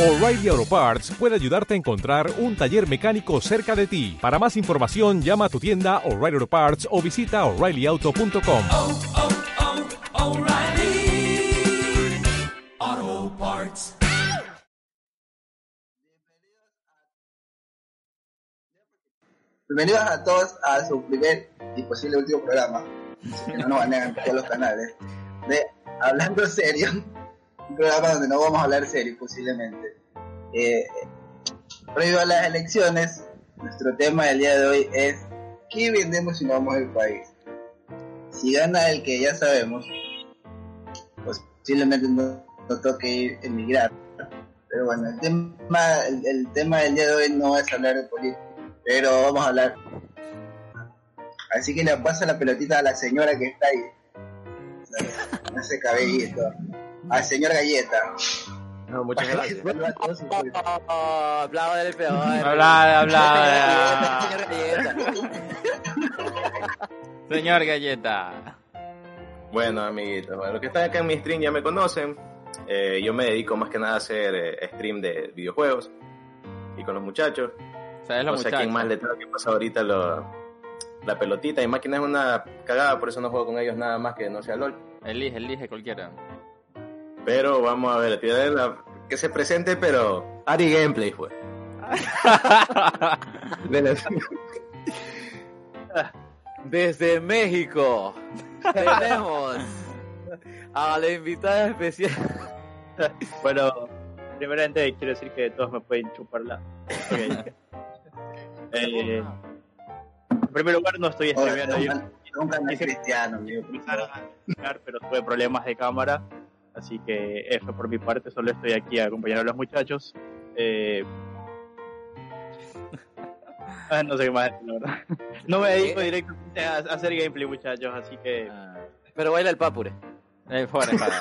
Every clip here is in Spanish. O'Reilly Auto Parts puede ayudarte a encontrar un taller mecánico cerca de ti. Para más información, llama a tu tienda O'Reilly Auto Parts o visita oreillyauto.com. O'Reilly Auto Parts. Bienvenidos a todos a su primer y posible último programa, que no nos banean todos los canales, de Hablando Serio, un programa donde no vamos a hablar serio posiblemente. Eh, previo a las elecciones, nuestro tema del día de hoy es ¿qué vendemos si no vamos el país? Si gana el que ya sabemos, pues posiblemente no, no toque ir emigrar. Pero bueno, el tema, el, el tema del día de hoy no es hablar de política, pero vamos a hablar. Así que le pasa la pelotita a la señora que está ahí. No hace cabellito. Al señor Galleta. No, muchas gracias. Oh, hablaba del peor. Hablar, Señor hablar. Galleta. Señor Galleta. Bueno, amiguitos, bueno, los que están acá en mi stream ya me conocen. Eh, yo me dedico más que nada a hacer eh, stream de videojuegos y con los muchachos. ¿Sabes no los sé a muchachos? quién más le tengo que pasar ahorita lo- la pelotita. Y máquina es una cagada, por eso no juego con ellos nada más que no sea LOL. Elige, elige cualquiera. Pero vamos a ver, tía de la- que se presente, pero Ari Gameplay pues. fue. De la- Desde México tenemos a la invitada especial. Bueno, primeramente quiero decir que todos me pueden chuparla. Eh, en primer lugar, no estoy streameando yo. Un canal cristiano, amigo. Empezaron a streamear, pero tuve problemas de cámara. Así que eso por mi parte, solo estoy aquí a acompañar a los muchachos. Eh, ah, no sé qué más decir, la verdad. No me dedico directamente a a hacer gameplay, muchachos, así que... Pero baila el papure. Eh, fuera, fuera.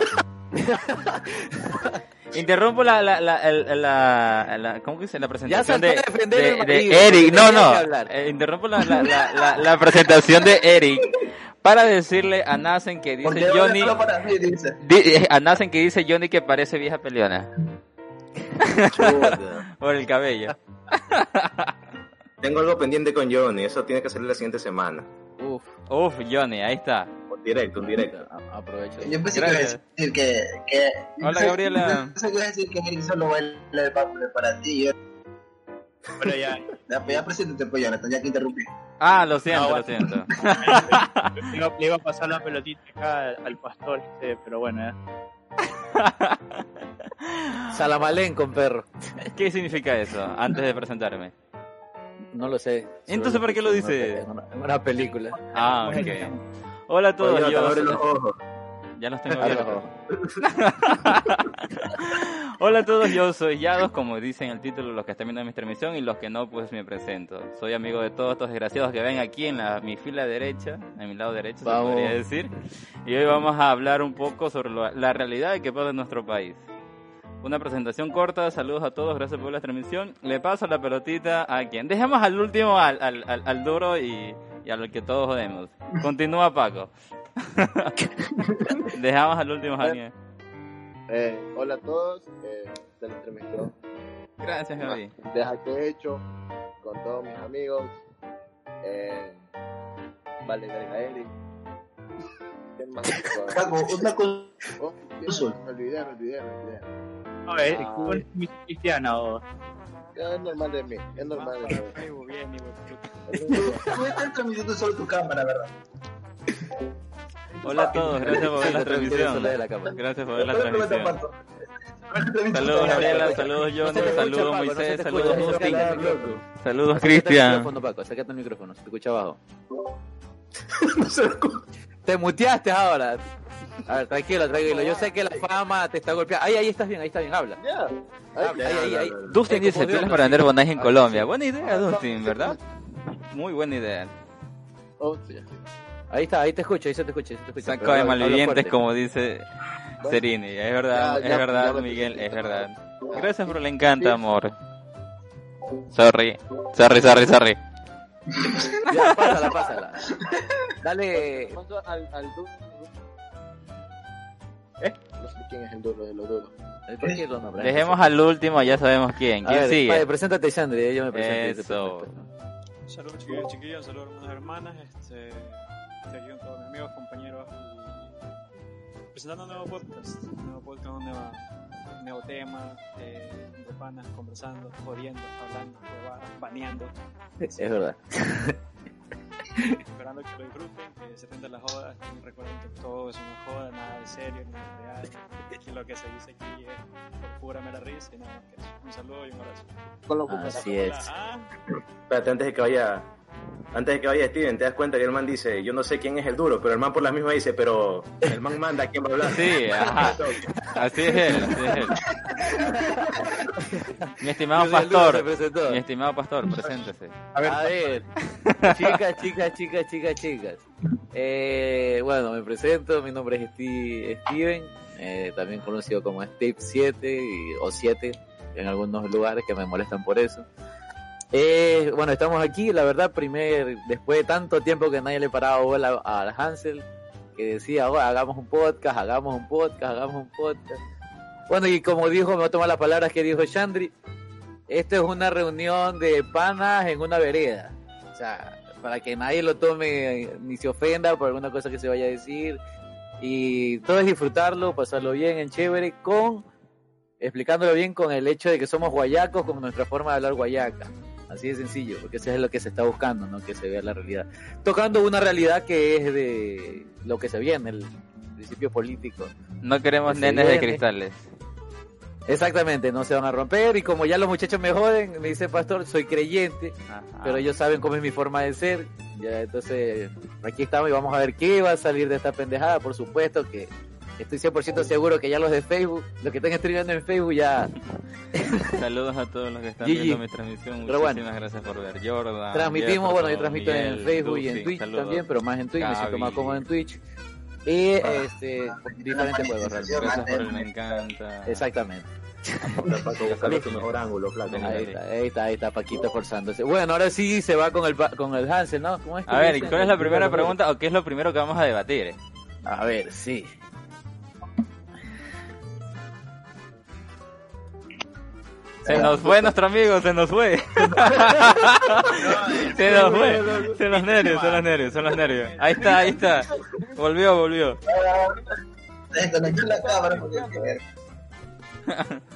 Interrumpo la, la, la, el- la- la- ¿cómo que se la Ya presentación saltó de, a defender de- el de marido, Eric? No, tenía no. que hablar. Eh, interrumpo la, la, la, la, la presentación de Eric para decirle a Nasen que Porque dice ahora Johnny, solo para mí, dice. di- eh, a Nasen que dice Johnny que parece vieja peleona Chuta. por el cabello. Tengo algo pendiente con Johnny, eso tiene que salir la siguiente semana. Uf, Uf, Johnny, ahí está. Un directo, un directo. a- aprovecho. Yo pensé que iba a Gracias. decir que. que Hola, Gabriela. Yo pensé que iba a decir que Eric solo baila el papel para ti. Yo, Pero ya, ya, pues, ya preséntate, pues, Jonathan, ya que interrumpí. Ah, lo siento, No, lo bueno. siento. le iba, le iba a pasar la pelotita acá al pastor, este, pero bueno, ya. Salamalén con perro. ¿Qué significa eso antes de presentarme? No lo sé. Entonces, ¿para qué lo dice? En una, en una película. Ah, ok. Hola a todos. Oye, yo abre soy- los ojos. Ya los tengo Abre los abiertos. Hola a todos, yo soy Yados, como dicen el título los que están viendo mi transmisión y los que no, pues me presento. Soy amigo de todos estos desgraciados que ven aquí en la, mi fila derecha, en mi lado derecho, se Vamos. podría decir. Y hoy vamos a hablar un poco sobre lo- la realidad que pasa en nuestro país. Una presentación corta, saludos a todos, gracias por la transmisión. Le paso la pelotita a quien. Dejemos al último, al, al, al- al duro y, y al que todos jodemos. Continúa Paco. Dejamos al último a alguien. Eh, hola a todos, eh, se les transmitió Gracias, Gaby. Deja que he hecho con todos mis amigos. Eh, vale, verga, Eric. ¿Quién más? Paco, una cosa. Oh, Azul. me olvidé, me olvidé, me olvidé. No, eh, es Ah, con mi cristiana o... Ya, Es normal de mí, es normal de mí. Es normal. Tú estás transmitiendo solo tu cámara, ¿verdad? Hola a todos, gracias por ver la transmisión. transmisión. De la cámara. Gracias por ver la Pero no me transmisión. tapas. Transmisión. Saludos Gabriela, saludos Johnny, escucha, saludos Paco, no se te Moisés, escucha, saludos no se te Justin, escucha. saludos Sácate el Cristian. micrófono, Paco. Sácate el micrófono. Se te escucha abajo. No se escucha. Te muteaste ahora. A ver, tranquilo, tranquilo. Yo sé que la fama te está golpeando. Ahí, ahí estí bien, ahí estás bien. Habla. Ya, Habla, ahí, ahí, ahí. Dustin Eh, dice como Dios pilas nos para vender hizo. bonaje en Ah, Colombia. sí. Buena idea, Dustin, ¿verdad? Muy buena idea. oh, sí. Ahí está, ahí te escucho, ahí se te escucha, ahí se te escucha. Saco Pero de habla malvivientes, fuerte. como dice Serini. Es verdad, Ya, es ya, verdad, ya me Miguel, entendí. es verdad. Gracias eh, por el encanto, amor. Sorry, sorry, sorry, sorry. Ya, pásala, eh, pásala. Dale. eh, Paso al, al du- No sé quién es el duro de los duros. ¿Por qué lo nombras? Dejemos al último, ya sabemos quién. A ¿Quién ver, sigue? padre, preséntate, Sandri. eh, Yo me presento. Eso. Saludos chiquillos, chiquillos, saludos hermanos, hermanas, este, te ayudo con todos mis amigos, compañeros, y presentando un nuevo podcast, un nuevo podcast, un nuevo, un nuevo tema, eh, de panas, conversando, jodiendo, hablando, huevadas, baneando, Es verdad. esperando que lo disfruten, que se tengan las jodas, y recuerden que todo es una joda, nada de serio, ni de real, que lo que se dice aquí es por pura mera risa y nada más que eso. Un saludo y un abrazo. Con los cucos. Así es. Ah, Espérate, antes de que vaya, antes de que vaya Steven, te das cuenta que el man dice, yo no sé quién es el duro, pero el man por la misma dice, pero el man manda a quién va a hablar. Sí, ajá. Así es él, así es él. Mi estimado Se pastor, presentó. mi estimado pastor, preséntese. A ver, chicas, chicas, chicas, chicas, chicas. Eh, bueno, me presento, mi nombre es Sti- Steven, eh, también conocido como Steve 7 y- o 7 en algunos lugares que me molestan por eso. Eh, bueno, estamos aquí, la verdad, primer, después de tanto tiempo que nadie le paraba bola al Hansel, que decía, "Oh, hagamos un podcast, hagamos un podcast, hagamos un podcast. Bueno, y como dijo, me voy a tomar las palabras que dijo Chandri, esto es una reunión de panas en una vereda. O sea, para que nadie lo tome eh, ni se ofenda por alguna cosa que se vaya a decir. Y todo es disfrutarlo, pasarlo bien, en chévere, con explicándolo bien con el hecho de que somos guayacos, con nuestra forma de hablar guayaca. Así de sencillo, porque eso es lo que se está buscando, ¿no? Que se vea la realidad. Tocando una realidad que es de lo que se viene, el principio político. No queremos Se nenes de viene. cristales. Exactamente, no se van a romper. Y como ya los muchachos me joden, me dice pastor, soy creyente. Ajá. pero ellos saben cómo es mi forma de ser. Ya, entonces, aquí estamos y vamos a ver qué va a salir de esta pendejada. Por supuesto que estoy 100% seguro que ya los de Facebook, los que están escribiendo en Facebook, Ah, ya Saludos a todos los que están GG. viendo mi transmisión. Pero Muchísimas bueno. gracias por ver. Jordan. transmitimos. Jefferson, Bueno, yo transmito en Miguel, Facebook y en Dusi, Twitch saludos. también, pero más en Twitch, me siento Gaby. Ah. más cómodo en Twich Y este, diferentes juegos realmente. Gracias por el me encanta. Exactamente. Paco, buscando tu mejor ángulo, flaco. Venga. Ahí está, ahí está, ahí está Paquito forzándose. Bueno, ahora sí se va con el, pa- con el Hansel, ¿no? ¿Cómo es que A ver, dicen? ¿cuál es la primera pregunta o qué es lo primero que vamos a debatir? A ver, sí. Se nos fue nuestro amigo, se nos fue. se nos fue. Son los nervios, son los nervios, son los nervios. Ahí está, ahí está. Volvió, volvió. Desconecté la cámara porque es que-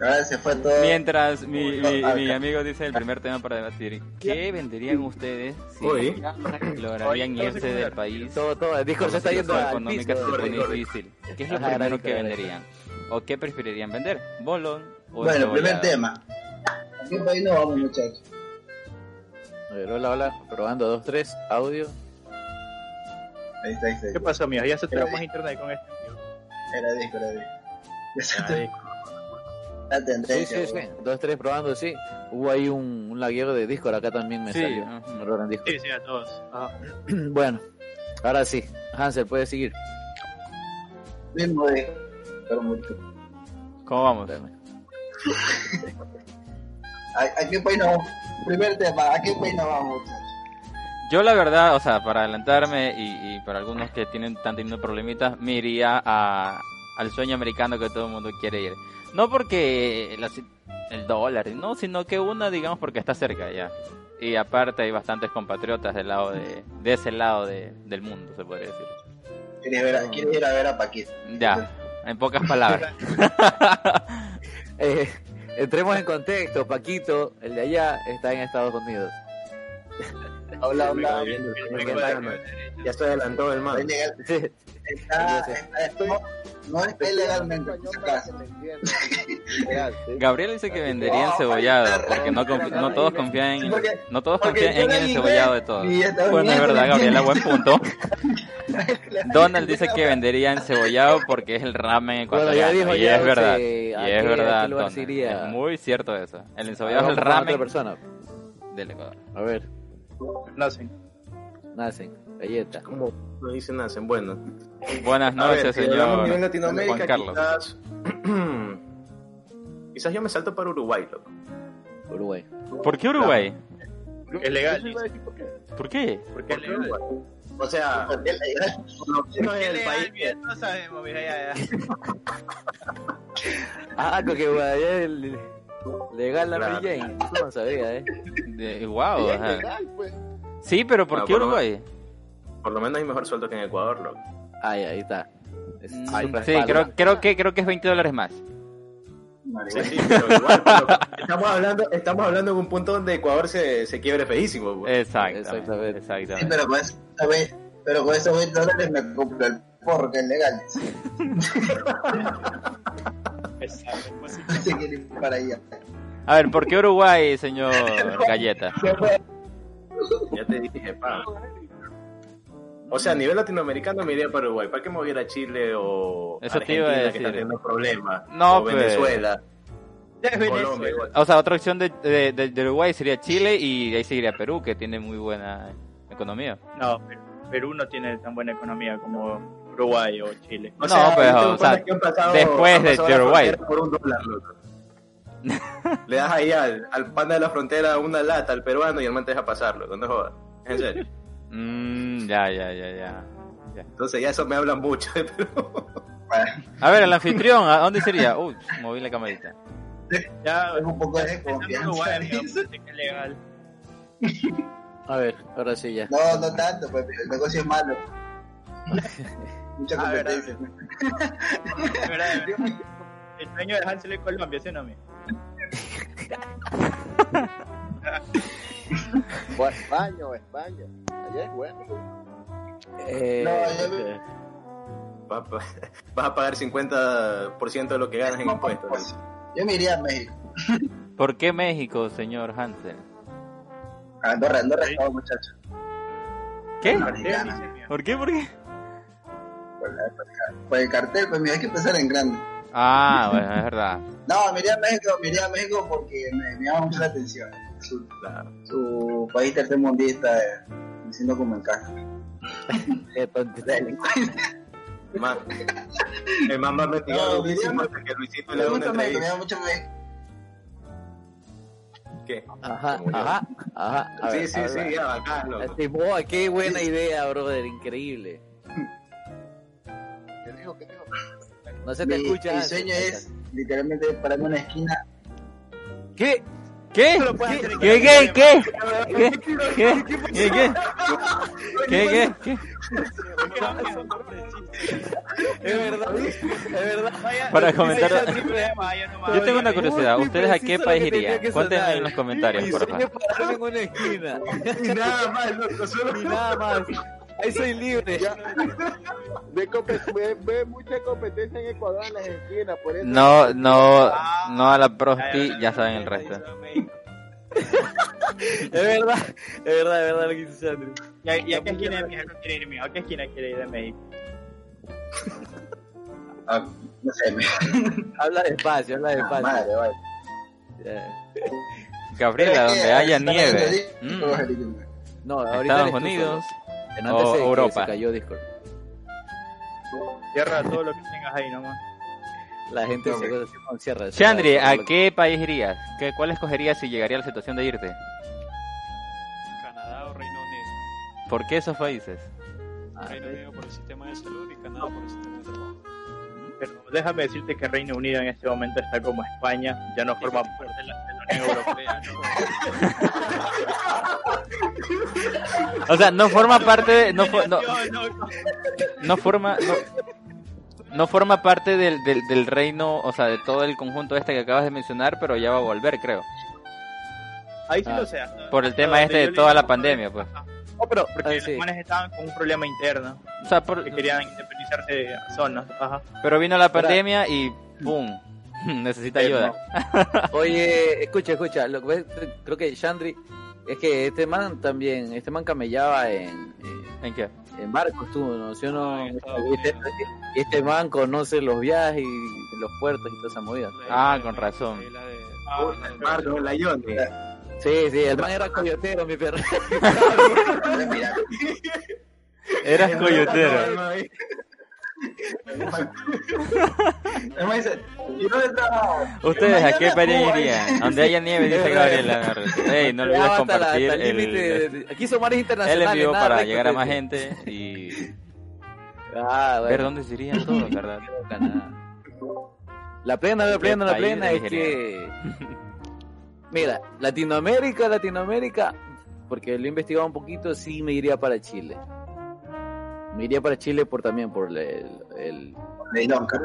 Ahora se fue todo. Mientras mi, mi- mi amigo dice el primer tema para debatir, ¿qué venderían ustedes si Uy. lograrían irse del país? Todo, todo. El Discord se está yendo La al económica piso. se pone difícil. ¿Qué es lo Ajá, primero gráfica, que gráfica. venderían? ¿O qué preferirían vender? ¿Bolón o Bueno, primer cebollado? tema. ¿A qué país nos vamos, muchachos? A ver, hola, hola. Probando, dos, tres. Audio. Ahí está, ahí está. ahí ¿Qué está. pasó, mío? Ya se trajo más internet con este tío. Era disco, era disco. Ya se Ahí. la Sí, tendencia. sí, sí. Dos, tres, probando, sí. Hubo ahí un, un lagueo de Discord. Acá también me Sí, ah. salió. ajá. Un error en Discord. Sí, sí, a todos. Ajá. bueno, ahora sí. Hansel, puedes seguir. Mismo disco. Pero mucho. ¿Cómo vamos? ¿A, a qué país nos vamos? Primer tema, ¿a qué país nos vamos, muchachos? Yo la verdad, o sea, para adelantarme y, y para algunos que tienen están teniendo problemitas, me iría a- al sueño americano que todo el mundo quiere ir. No porque la si- el dólar, no, sino que una, digamos, porque está cerca ya. Y aparte hay bastantes compatriotas del lado de, de ese lado de- del mundo, se podría decir. ¿Quieres, ver a- quieres ir a ver a Paquito? Ya, en pocas palabras. Eh, entremos en contexto. Paquito, el de allá, está en Estados Unidos. Habla, habla. Ya se adelantó el Ahí man. legal- Sí. Está, está, no, no está ilegalmente, por si para que acaso. me entiendan. Legal, sí. Gabriel dice que venderían cebollado, porque no, confi- no todos confían en, Porque- no todos porque confían en yo la el ligué cebollado de todos. y esta Bueno, es mierda verdad, me Gabriela, tiene- buen punto. Donald dice que venderían cebollado porque es el ramen Bueno, ecuatoriano. ya dijo y ya es verdad. ese- Y a es qué- a verdad, qué lugar Donald. se iría. Es muy cierto eso. El Ahora cebollado es el vamos con ramen Otra persona. del Ecuador. A ver, Nacen. nacen. Galleta. Como no dicen, hacen bueno. Buenas A ver, noches, si hablamos a nivel señor Latinoamérica, Juan Carlos. quizás... quizás yo me salto para Uruguay, loco. Uruguay. ¿Por qué Uruguay? Porque es legal. Eso iba a dice. decir porque- ¿Por qué? Porque es legal. O sea, por lo menos en el país. que- no sabemos, mira, ya, ya. Ah, con que Guadalupe legal la Mary Claro. Jane. Eso no sabía, ¿eh? De- guau, Sí, es ajá. legal, pues. Sí, pero ¿por No, qué por lo- Uruguay? Por lo menos hay mejor sueldo que en Ecuador, loco. Ahí, ahí está. Es Mm, un sí, respaldo. creo, creo, que, creo que es 20 dólares más. Sí, sí, pero igual, pero estamos hablando, estamos hablando en un punto donde Ecuador se, se quiebre feísimo. güey. Exacto. Exactamente. Sí, pero con esos 20 pero con esos 20 dólares me compro el porro que es legal. Exacto. Pues, Así que ir para allá. A ver, ¿por qué Uruguay, señor Galleta? Ya te dije, pa. O sea, a nivel latinoamericano me iría para Uruguay. ¿Para qué me voy a ir a Chile o Eso te Argentina iba a que decir. está teniendo problemas? No, o pues. Venezuela. Colombia. Venezuela. igual. O sea, otra opción de, de- de- de Uruguay sería Chile y ahí seguiría Perú, que tiene muy buena economía. No, Per- Perú no tiene tan buena economía como Uruguay o Chile. O No, sea, pero, yo tengo o panas sea, que han pasado- después han de- pasado de la Uruguay. frontera Por un dólar, loco. Le das ahí al, al panda de la frontera una lata al peruano y el man te deja pasar, loco. No jodas. En serio. Mmm, ya, ya, ya, ya. Entonces ya eso me habla mucho de Perú. Bueno, A ver, el anfitrión, ¿a dónde sería? Uy, moví la camarita. Ya, es un poco de en desconfianza. Uruguay, amigo, parece que es legal. A ver, ahora sí ya. No, no tanto, pues el negocio es malo. Mucha A ver, a ver. competencia. De verdad, de verdad. El sueño de Hansel en Colombia, ¿sí o no, amigo? O a España, o a España. Allá es bueno. Eh, No, yo- Vas a pa- vas a pagar 50% de lo que ganas en impuestos. ¿no? Yo me iría a México. ¿Por qué México, señor Hansel? A Andorra, Andorra es todo, muchacho. ¿Qué? Americana. ¿Por qué? ¿Por qué? Por, la- por el- por el cartel, pues mira, hay que empezar en grande. Ah, bueno, es verdad. No, me iría a México, me iría a México porque me, me llama mucho la atención. Su, Claro. su país tercermundista, eh, me siento como en casa. Ah, qué tonto. Man, el man va a meter No, algo durísimo me- hasta que Luisito le Me da una gusta México, me entrevista. llama mucho México. ¿Qué? Ajá, ajá, ajá. A ver, sí, sí, sí, habla. ya, bacán, loco. Timboa, qué buena idea, brother, increíble. ¿Qué dijo? ¿Qué dijo? No se te Mi, escucha. mi Hansel. sueño Ahí es está. literalmente pararme en una esquina. ¿Qué? ¿Qué? Solo puedes hacer en ¿Qué? ¿Qué? Colombia. ¿Qué? ¿Qué? ¿Qué? ¿Qué? ¿Qué? ¿Qué? ¿Qué? ¿Qué? Es verdad, es verdad. Ese Para es comentar... otro problema, ya no más. Yo tengo una curiosidad, Muy ¿ustedes a preciso qué lo país que tenía irían? que Cuéntenme sonar. en los comentarios, Mi por sueño es favor. pararme en una esquina. Y nada más, loco, solo Ni nada más. Ahí soy libre. Ya. Ve, compe- ve- ve mucha competencia en Ecuador en las esquinas, por eso. No, no, no a la prosti, ya saben el ahí resto. se va México. Es verdad, es verdad, es verdad lo que dice Sandro. ¿Y a- y a qué esquina de México quiere ir, mijo? ¿A qué esquina quiere ir de México? ah, no sé, me Habla despacio, habla despacio. madre, vale. Ya. Gabriela, Es que donde haya están nieve. ahí, Mm. todos eliminados. No, ahorita Estados eres tú Unidos. solo. En antes o de que Europa. Se cayó Discord. Cierra todo lo que tengas ahí nomás. La gente No, se hombre. con- cierra. cierra Chandri, todo ¿a lo que- qué país irías? ¿Qué, ¿Cuál escogerías si llegaría a la situación de irte? Canadá o Reino Unido. ¿Por qué esos países? Ah, Reino Unido por el sistema de salud y Canadá por el sistema de trabajo. Pero déjame decirte que Reino Unido en este momento está como España, ya no forma parte de la de la Unión Europea. O sea, no forma parte de, no, fo- no, no, no. no forma no, no forma parte del, del, del reino, o sea, de todo el conjunto este que acabas de mencionar, pero ya va a volver, creo. Ahí sí Ah. lo sé. hasta- Por el hasta tema este donde de yo toda leí, la pandemia, pues. No, pero Ah, porque los sí. manes estaban con un problema interno, O sea, por- que querían independizarse de zonas. Ajá. pero vino la pandemia y ¡pum! Eh, Necesita ayuda. Oye, escucha, escucha. Lo que ves- creo que Chandri es que este man también, este man camellaba en, en- ¿En qué? en barcos, tú, ¿no? ¿Sí o no? Ah, en Estados Y este, Unidos. y este man conoce los viajes y los puertos y toda esa movida. Ah, con razón. La de, Ah, la de- Marlon, la Johnny. Sí, sí, el man era coyotero, mi perro. Mira, Eras No, no, no, no, no, no, Además dice, ¿y dónde trabajo? ¿Ustedes a qué Mañana playa Cuba. irían? Donde haya nieve, dice Gabriela. Ey, no olvides Hasta la- hasta compartir el el, límite de- aquí son mares el internacionales. envío nada para recto, llegar a más tío. gente y Ah, ver bueno, dónde se irían todos, ¿verdad? nunca nada. La plena, la plena, la país plena es que. Mira, Latinoamérica, Latinoamérica, porque lo he investigado un poquito, sí me iría para Chile. Me iría para Chile por también por el. el- De Ilonca.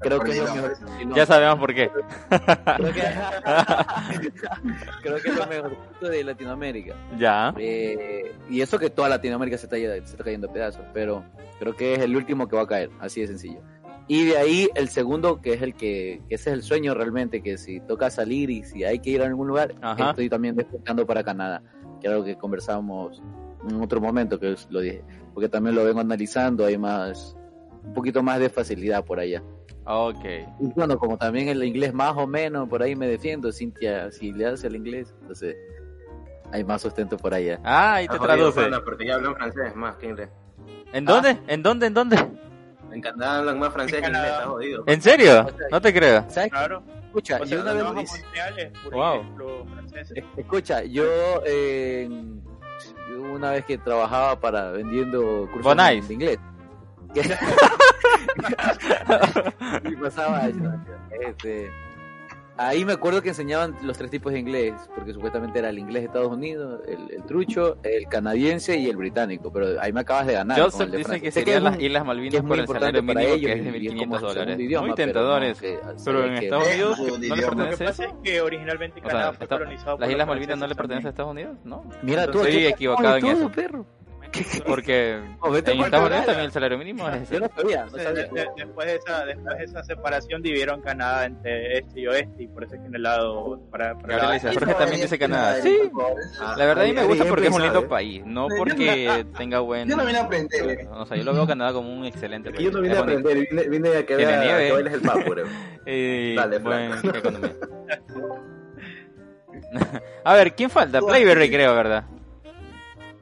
creo Por que es lo Ilonca. mejor. Ya sabemos por qué. Creo que, creo que es lo mejorcito de Latinoamérica. Ya. Eh, y eso que toda Latinoamérica se está, yendo- se está cayendo a pedazos, pero creo que es el último que va a caer, así de sencillo. Y de ahí el segundo, que es el que, que ese es el sueño realmente, que si toca salir y si hay que ir a algún lugar, Ajá. estoy también despertando para Canadá, que era lo que conversábamos en otro momento, que os lo dije, porque también lo vengo analizando, hay más, un poquito más de facilidad por allá. Ok. Y bueno, como también el inglés más o menos, por ahí me defiendo, Cintia, si le hace el inglés, entonces hay más sustento por allá. Ah, ahí te Has jodido, traduce. pana, Porque ya hablan francés más que inglés. ¿En dónde? Ah. ¿En dónde? ¿En dónde? En Canadá hablan más francés que inglés, está jodido. ¿En serio? No te creo. ¿Sabes? Claro. Escucha, O yo sea, una no vez vas a me hice- Montreal es puro Wow. inglés, puro francés. escucha, yo eh, yo una vez que trabajaba para vendiendo cursos Bonais. de inglés. que- y pasaba eso. Este, ahí me acuerdo que enseñaban los tres tipos de inglés, porque supuestamente era el inglés de Estados Unidos, el, el trucho, el canadiense y el británico, pero ahí me acabas de ganar. con Joseph el de dice Francia. que Sé serían es las un- Islas que Malvinas es por muy el salario importante para mínimo que ellos es y- de y es como 1.500 su dólares. segundo idioma, Muy pero no tentadores. que- Pero en que- Estados es Unidos un no le idioma. Lo que pertenece pasa es eso. que originalmente O sea, Canadá fue esta- colonizado por las los Islas Malvinas no franceses le pertenece a también. Estados Unidos, ¿no? Mira, tú Estoy aquí equivocado en todo, eso. perro. este Porque No, vete en por Estados Unidos tu lado. también el salario mínimo es Yo ese. no sabía, no O sea, de- sabía. de- después, de esa, después de esa separación dividieron Canadá entre este y oeste y por eso es que en el lado para, para Gabriel la- dice, Jorge también dice Canadá. Ay, Sí, por favor, eso- la verdad a mí me gusta porque es un lindo ¿sabes? país, no Yo porque tenga buen... Yo también aprendí. eh. güey. O sea, yo lo veo Canadá como un excelente país. Yo no vine Es a bonito. aprender, vine, vine a que Tiene vea nieve. que bailes el papo, bro. Eh, Dale, buen Franco. economía. a ver, ¿quién falta? Playberry creo, ¿verdad?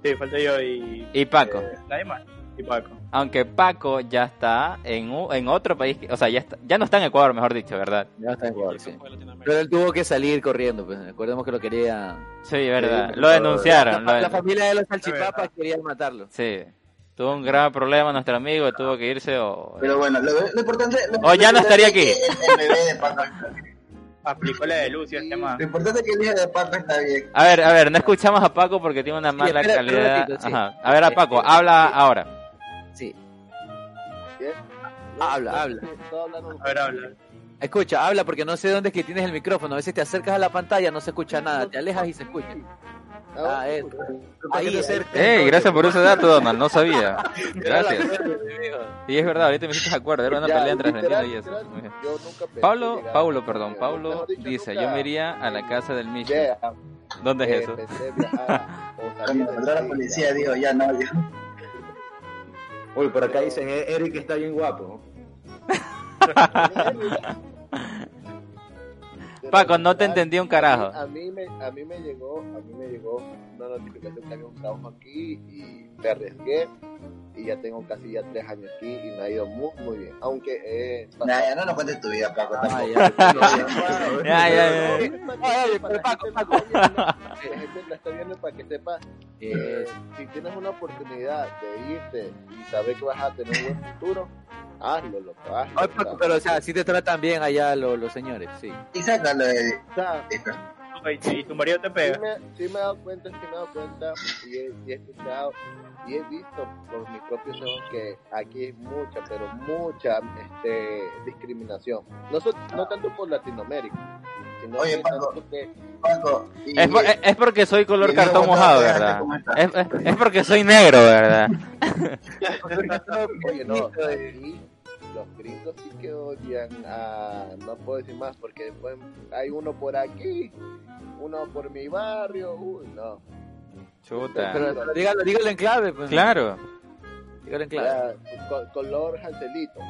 Sí, falta yo y Y Paco. nadie más. Y Paco. Aunque Paco ya está en, u- en otro país, que- o sea, ya, está- ya no está en Ecuador, mejor dicho, ¿verdad? Ya está en Ecuador, sí. Eso fue Latinoamérica. Pero él tuvo que salir corriendo, pues. Recordemos que lo quería. Sí, verdad. Sí, Lo pero- denunciaron. lo la, la denun- familia de los salchipapas quería matarlo. Sí. Tuvo un grave problema nuestro amigo, tuvo que irse o... Pero bueno, lo, lo importante. Lo Oh, ya importante no estaría es que aquí. El, el bebé de Paco. Aplicó la de Lucio este el tema. Lo importante es que el hijo de Paco está bien. A ver, a ver, no escuchamos a Paco porque tiene una mala espera, espera un calidad. ratito, sí. Ajá. A ver, a Paco, Este, habla ahora. Sí. Bien. Habla, habla. Estaba hablando Ah, A ver, habla. Escucha, habla porque no sé dónde es que tienes el micrófono. A veces te acercas a la pantalla, no se escucha nada. Te alejas y se escucha. Ah, eso. ¿Para qué Ahí, te ahí. acercas? Ey, gracias por ese dato, Donald, no sabía. Gracias. Gracias. Y es verdad, ahorita me hiciste acuerdo, era una Ya, pelea entre literal, argentinos y eso. literal, Muy bien. Yo nunca pensé Pablo, llegar a Pablo, Estados perdón, Unidos. Pablo Mejor dicho, dice, nunca yo me iría a la casa del Micho. llegué a- ¿Dónde es eh, eso? pensé viajar o salir Cuando del encontró a la país, policía, ya. digo, ya no, ya. Uy, por acá dicen, "Eh, Eric está bien guapo. Pero Paco, no te literal, entendí un carajo. A mí, a mí me, a mí me llegó, a mí me llegó una notificación que había un trabajo aquí y me arriesgué y ya tengo casi ya tres años aquí y me ha ido muy, muy bien. Aunque eh, Nah, ya no nos cuentes tu vida, Paco. Ah, Tampoco. ya. Ya, ya, ya. Pero no, es para que sepa, Paco, la gente la está viendo, la gente la está viendo para que sepa eh, Eso. si tienes una oportunidad de irte y saber que vas a tener un buen futuro, hazlo, loco, hazlo. Ay, Paco, pues, pero o sea, sí te tratan bien allá lo- los, señores, sí. Y sácalo de. O sea, Y, y tu marido te sí pega. me, sí me he dado cuenta, sí me he dado cuenta y he, y he escuchado y he visto por mis propios ojos que aquí hay mucha, pero mucha este, discriminación. No, so- no tanto por Latinoamérica, sino Oye, que Paco. tanto que- Paco. y- Es, por- eh, es- es porque soy color y cartón luego, mojado, ¿cómo ¿verdad? estás? Es, es- es porque soy negro, ¿verdad? Oye, no, aquí los gringos sí que odian a... No puedo decir más porque después hay uno por aquí, uno por mi barrio, uy, no. Chuta. Pero, pero dígalo, dígalo en clave, pues. Claro. Dígalo en clave. Ya, co- color Hanselito.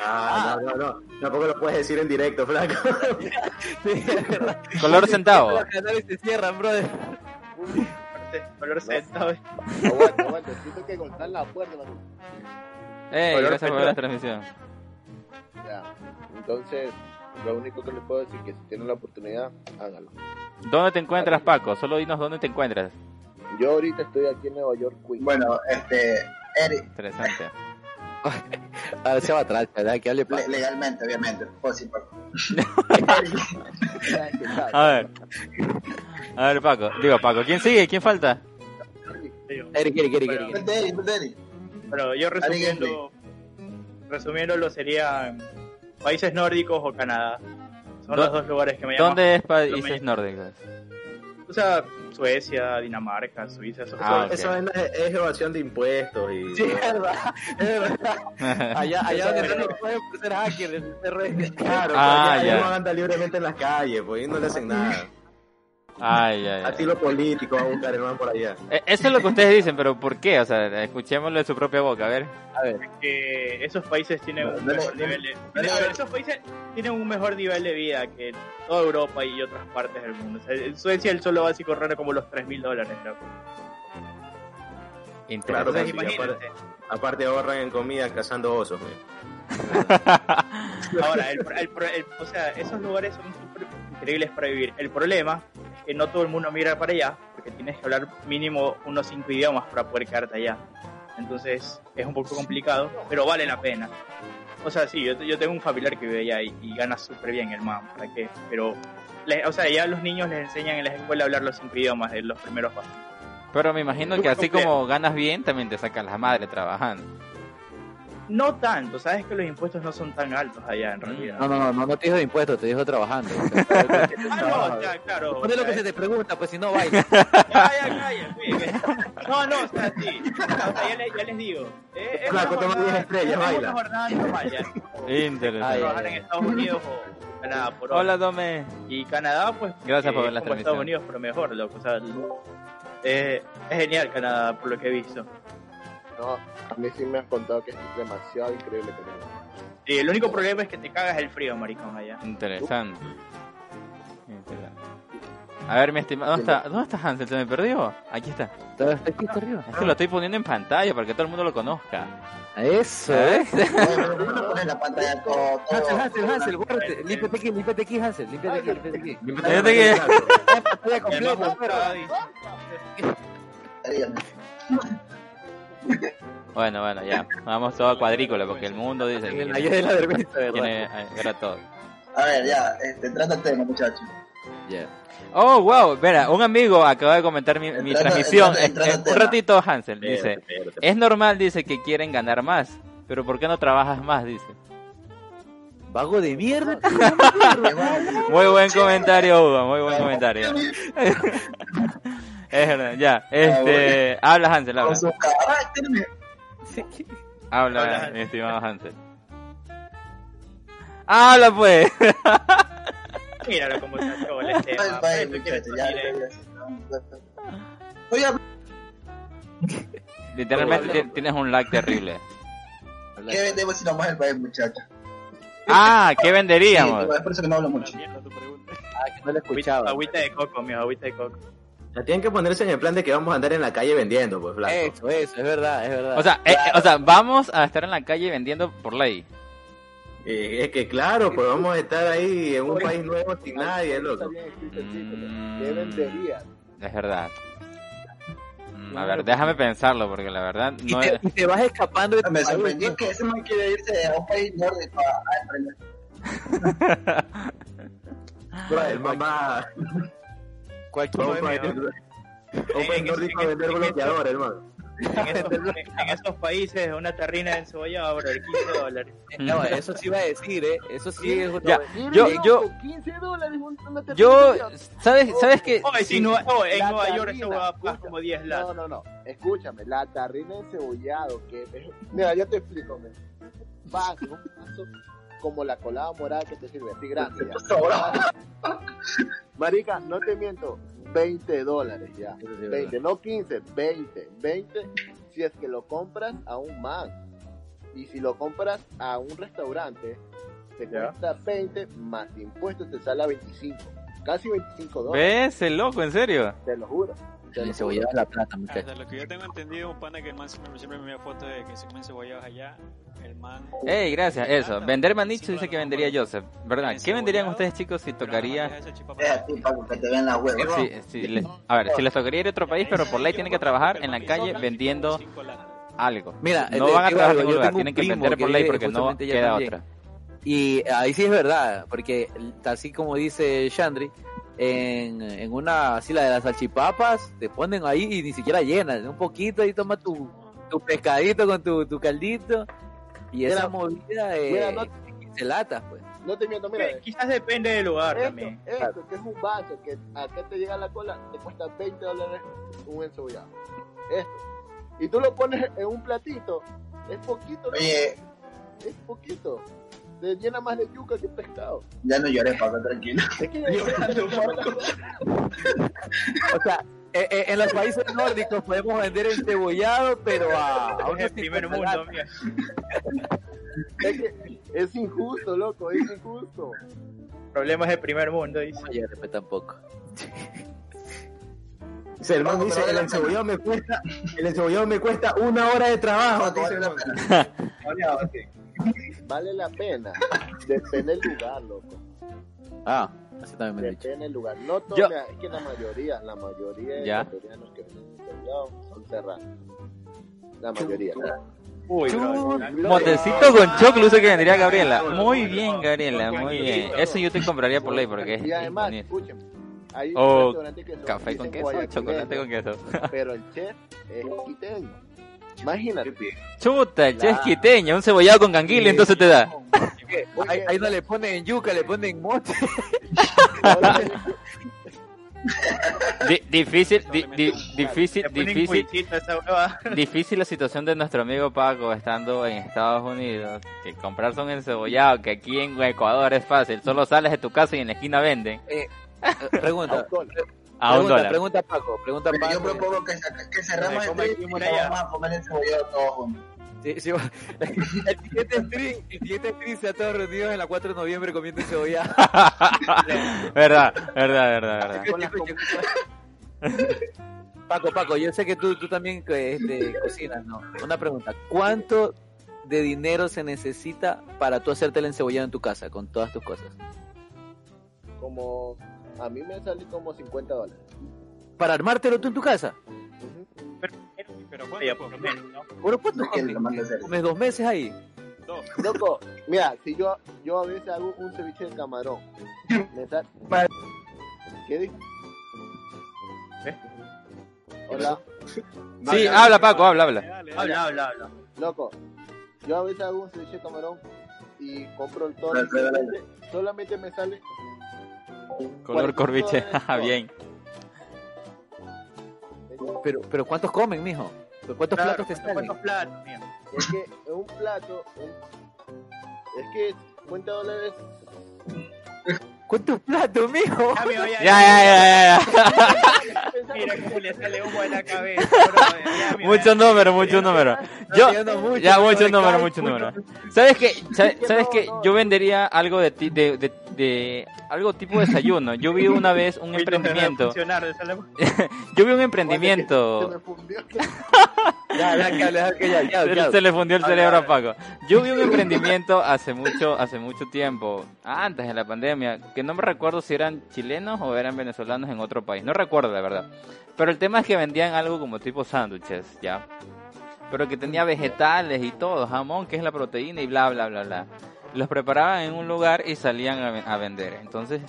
Ah, no, no, no. Tampoco lo puedes decir en directo, flaco. Sí, es verdad. Color centavo. Los canales se cierran, brother. Parece- color sentado. Aguanta, aguanta. Siento que golpear la puerta, mano. Ey, Color gracias por petróleo. ver la transmisión. Ya. Entonces, lo único que les puedo decir es que si tienen la oportunidad, háganlo. ¿Dónde te encuentras, Paco? Solo dinos dónde te encuentras. Yo ahorita estoy aquí en Nueva York, Queens. Bueno, este, Eric, Interesante. A ver, se va atrás, ¿verdad? Que hable Paco. le- legalmente, obviamente, por si por A ver. A ver, Paco. Digo, Paco. ¿Quién sigue? ¿Quién falta? Eric, Eric, Eric, Eric, Eric. Vente, Eric, vente, Eric. Pero yo resumiendo, resumiéndolo serían países nórdicos o Canadá. ¿Dó- Son los dos lugares que me llaman. ¿Dónde es Lo Países mismo. Nórdicos? O sea, Suecia, Dinamarca, Suiza, esos Ah, países. Esa vaina es, es evasión de impuestos y... Sí, es verdad, es verdad. Allá, allá Eso donde es no verdad. le pueden ser hacker, el CR. Claro, Ah, porque ya. ellos andan libremente en las calles, pues, y no le hacen nada. Ay, ay, ay. Asilo político va a buscar el man por allá. Eh, Eso es lo que ustedes dicen, pero ¿por qué? O sea, escuchémoslo de su propia boca, a ver. que esos países tienen No, un no le- mejor no- nivel de, no le- a ver, esos países tienen un mejor nivel de vida que toda Europa y otras partes del mundo. O sea, en Suecia el sueldo básico ronda como los 3.000 mil dólares. loco. Claro, Interesante. Entonces, pues, sí, imagínate. Aparte ahorran en comida cazando osos, pues. güey. Ahora, el, el- el- o sea, esos lugares son súper increíbles para vivir. El problema es que no todo el mundo mira para allá, porque tienes que hablar mínimo unos cinco idiomas para poder quedarte allá. Entonces es un poco complicado, pero vale la pena. O sea, sí, yo, yo tengo un familiar que vive allá y, y gana súper bien el man, ¿para qué? Pero, le- o sea, ya los niños les enseñan en la escuela a hablar los cinco idiomas en los primeros pasos. Pero me imagino que así como ganas bien, también te sacan las madres trabajando. No tanto, sabes que los impuestos no son tan altos allá en realidad. Mm, No, no, no, no, no te dijo de impuestos, te dijo trabajando. Ah, no, o sea, claro. Pone lo o sea, que se te pregunta, pues si no vaya. Calla, calla, güey. No, no, o sea, sí. O sea, ya, les, ya les digo. Eh, es Flaco, una toma jornada- 10 estrellas, es baila. Una jornada normal, ya. Ay, Interesante. Trabajar ay, en ay. Estados Unidos o Canadá por Hola, hora. Dome. Y Canadá, pues. Gracias por ver es la como transmisión. Estados Unidos, pero mejor, loco. O sea, el- eh, es genial Canadá, por lo que he visto. No, a mí sí me han contado que es demasiado increíble que tenemos. Y el único problema es que te cagas el frío, maricón, allá. Interesante. Interesante. A ver, mi estimado. ¿Dónde está, ¿Dónde está Hansel? ¿Se me perdió? Aquí está. Todo está aquí está arriba. Es que lo estoy poniendo en pantalla para que todo el mundo lo conozca. Eso, ¿eh? ¿Sabes? Bueno, pero uno pone la pantalla todo, todo. Hansel, Hansel, Hansel, guárdate. Límpiate aquí, límpiate aquí, Hansel. Límpiate aquí, límpiate aquí. Fíjate que- Está pantalla Y además, completa, pero. ah, dice, Dígame. Bueno, bueno, ya. Vamos todo a cuadrícula porque el mundo dice. En el ¿Quién ayer de es- la vergüenza, quién ¿verdad? es- ay, era todo. A ver, ya, este, trata el tema, muchachos. Ya. Oh, wow. Mira, un amigo acaba de comentar mi, mi Entrando- transmisión. entrando- entrando Es- al es- tema. un ratito, Hansel. Espérate, Dice: espérate. Es normal, dice, que quieren ganar más. Pero ¿por qué no trabajas más? Dice. Vago de mierda. Muy buen comentario, Hugo. Muy buen comentario. es verdad, ya. Este, habla, Hansel. Habla, Con sus caracteres. habla, Habla, mi estimado Hansel. Habla, pues. Míralo como se acabó el tema. Ay, Pero vaya, tú quieres muchachos, ya, salir, eh. ya, ya. Estoy hablando Literalmente ti- tienes un lag terrible. ¿Qué vendemos si no más el país, muchachos? Ah, ¿qué Sí, venderíamos? es por eso que no hablo mucho. La mierda tu pregunta. Ah, que no lo Agüita, escuchaba. agüita de coco, mijo, agüita de coco. Ya tienen que ponerse en el plan de que vamos a andar en la calle vendiendo, pues, flaco. Eso, eso, es verdad, es verdad. O sea, eh, eh, o sea, vamos a estar en la calle vendiendo por ley. Y es que claro, pues vamos a estar ahí en un país nuevo sin nadie, Está loco. bien escrito el título. Mm. ¿Qué vendería? Es verdad. Mm, A ver, déjame pensarlo porque la verdad y, no te, es... y te vas escapando de tu Me país, sorprendió ¿no? que ese man quiere irse a un país nórdico a a emprender. El mamá. Cualquier Un país mejor. un país nórdico a vender bloqueador, hermano. En esos, en- en esos países, una terrina de cebolla va a valer 15 dólares. No, eso sí iba a decir, ¿eh? Eso sí es una- Ya, yo, yo, 15 dólares un- una tarjeta yo, de Dios. ¿sabes, sabes que Oh, es en Nueva- oh, en La Nueva York eso tarrina, va a pagar escucha. como 10 No, latas. no, no. Escúchame, la tarrina de cebollado que Mira, yo te explico, men. Vaso, un vaso como la colada morada que te sirve, así grande ya. Marica, no te miento, 20 dólares ya. 20, no 15, 20, 20 si es que lo compras a un más. Y si lo compras a un restaurante, te Ya. cuesta 20 más impuestos, te sale a 25. Casi 25 dólares, ¿Ves el loco, en serio? te lo juro. Te lo Le cebollaba la plata, muchachos. Hasta Ah, lo que yo tengo entendido, un pana que el man siempre, siempre me envía fotos de que se comen cebollados allá. El man. Ey, gracias, eso. Vender manicho Sí, dice claro, que vendería bueno. Joseph, ¿verdad? Bien ¿Qué venderían cebollado, ustedes, chicos, si pero tocaría... nada más deja esa chipa Eh, Es para así, Paco, que te vean las huevas. Sí, sí, les- a ver, si les tocaría ir a otro país, pero por ley tienen que trabajar en la calle vendiendo algo. Mira, No te van a digo trabajar en algo, ningún yo lugar, tengo un tienen que primo vender por que ley vive porque no justamente allá queda también. otra. Y ahí sí es verdad, porque así como dice Chandri, en, en una así la de las salchipapas, te ponen ahí y ni siquiera llenas, un poquito y toma tu, tu pescadito con tu, tu caldito y esa Mira, movida eh, mira, no- se latas pues. No te miento, mira. Que Quizás depende del lugar Esto, también. esto, que es un vaso que acá te llega a la cola, te cuesta 20 dólares un encebollado. Esto. Y tú lo pones en un platito. Es poquito, ¿no? Oye, es poquito. Te llena más de yuca que pescado. ya no llores, Paco, tranquilo. Es que ya O sea, eh, eh, en los países nórdicos podemos vender el cebollado, pero a, a Es unos el primer cincuenta mundo, latas. amigo. es, que es injusto, loco, es injusto. Problemas del primer mundo, dice. No, yo después tampoco. Dice, el man Vamos, dice, pero el vale la encebollado me cuesta, el encebollado me cuesta una hora de trabajo, Paco, vale dice el la man. pena. Cabreado, así. Vale la pena. Depende el lugar, loco. Ah, así también me han dicho. Depende el lugar. No todo, Yo- mira, es que la mayoría, la mayoría de Ya. los ecuatorianos que venden encebollado son serranos. La mayoría. Uy, bro. Montecito con choclo dice que vendería Gabriela. Muy bien, Gabriela, muy bien. Eso yo te compraría por ley porque es Y además, bonito. escúchame, hay O restaurantes que son Café con dicen queso, guayaquileños, chocolate con queso. Pero el chef es quiteño. Imagínate. Chuta, el che es quiteño, un cebollado con canguile, entonces te da. Oye, Ahí, ahí no le ponen yuca, le ponen mote. Eh, ahora- Di- difícil, di- di- difícil, Le ponen difícil, cuisito a esa hueva. difícil la situación de nuestro amigo Paco estando en Estados Unidos. Que comprarse un encebollado que aquí en Ecuador es fácil. Solo sales de tu casa y en la esquina venden Pregunta, a un pregunta, dólar. pregunta Paco, pregunta Mira, yo Paco. propongo que, saca- que cerramos Come el aquí, stream y mira ya. vamos a comer encebollado todos juntos. Sí, sí, va. el siguiente stream, el siguiente stream se ha todos reunidos en la 4 de noviembre comiendo cebolla. verdad, verdad, verdad, verdad. con las com- Paco, Paco, yo sé que tú, tú también que, este, cocinas, ¿no? Una pregunta, ¿cuánto de dinero se necesita para tú hacerte el encebollado en tu casa con todas tus cosas? como a mí me sale como 50 dólares. ¿Para armártelo tú en tu casa? Ujú. Pero Ya, bueno, por lo pues, menos, ¿no? ¿Por cuánto No, que lo mando a hacer. comes? dos meses ahí? dos. Loco, mira, si yo yo a veces hago un ceviche de camarón. Me sale- Vale. ¿Qué dices? ¿Eh? Hola, Sí, habla Paco, habla, habla. Dale, dale. Habla, habla, habla. loco. Yo a veces hago un ceviche de camarón y compro el todo. Dale, dale, dale. Solamente me sale Color 45 corviche, Ah, dólares todo. bien. Pero, pero ¿cuántos comen, mijo? ¿Pero ¿Cuántos Claro, platos te ¿cuántos- salen? ¿Cuántos platos, mira? Es que en un plato un- es que 50 dólares ¿Cuántos platos, mijo? Ya, me voy a- Ya, ya, ya, ya, ya. Mira cómo le sale humo de la cabeza. bro. Ya, mira, Mucho ya. número, mucho número. Yo, ya, mucho número, mucho número. ¿Sabes qué? ¿Sabes, que sabes no, qué? no. Yo vendería algo de, ti- de, de, de- algo tipo desayuno. Yo vi una vez un Uy, no, no va a emprendimiento. funcionar, le sale humo. Yo vi un Se emprendimiento. me fundió. Ya, ya, ya, ya, ya, ya, ya. Se, se le fundió el Habla, cerebro a habla. Paco. Yo vi un emprendimiento hace mucho, hace mucho tiempo, antes de la pandemia, que no me recuerdo si eran chilenos o eran venezolanos en otro país. No recuerdo, la verdad. Pero el tema es que vendían algo como tipo sándwiches, ya. Pero que tenía vegetales y todo, jamón, que es la proteína y bla, bla, bla, bla. Los preparaban en un lugar y salían a, ven- a vender. Entonces,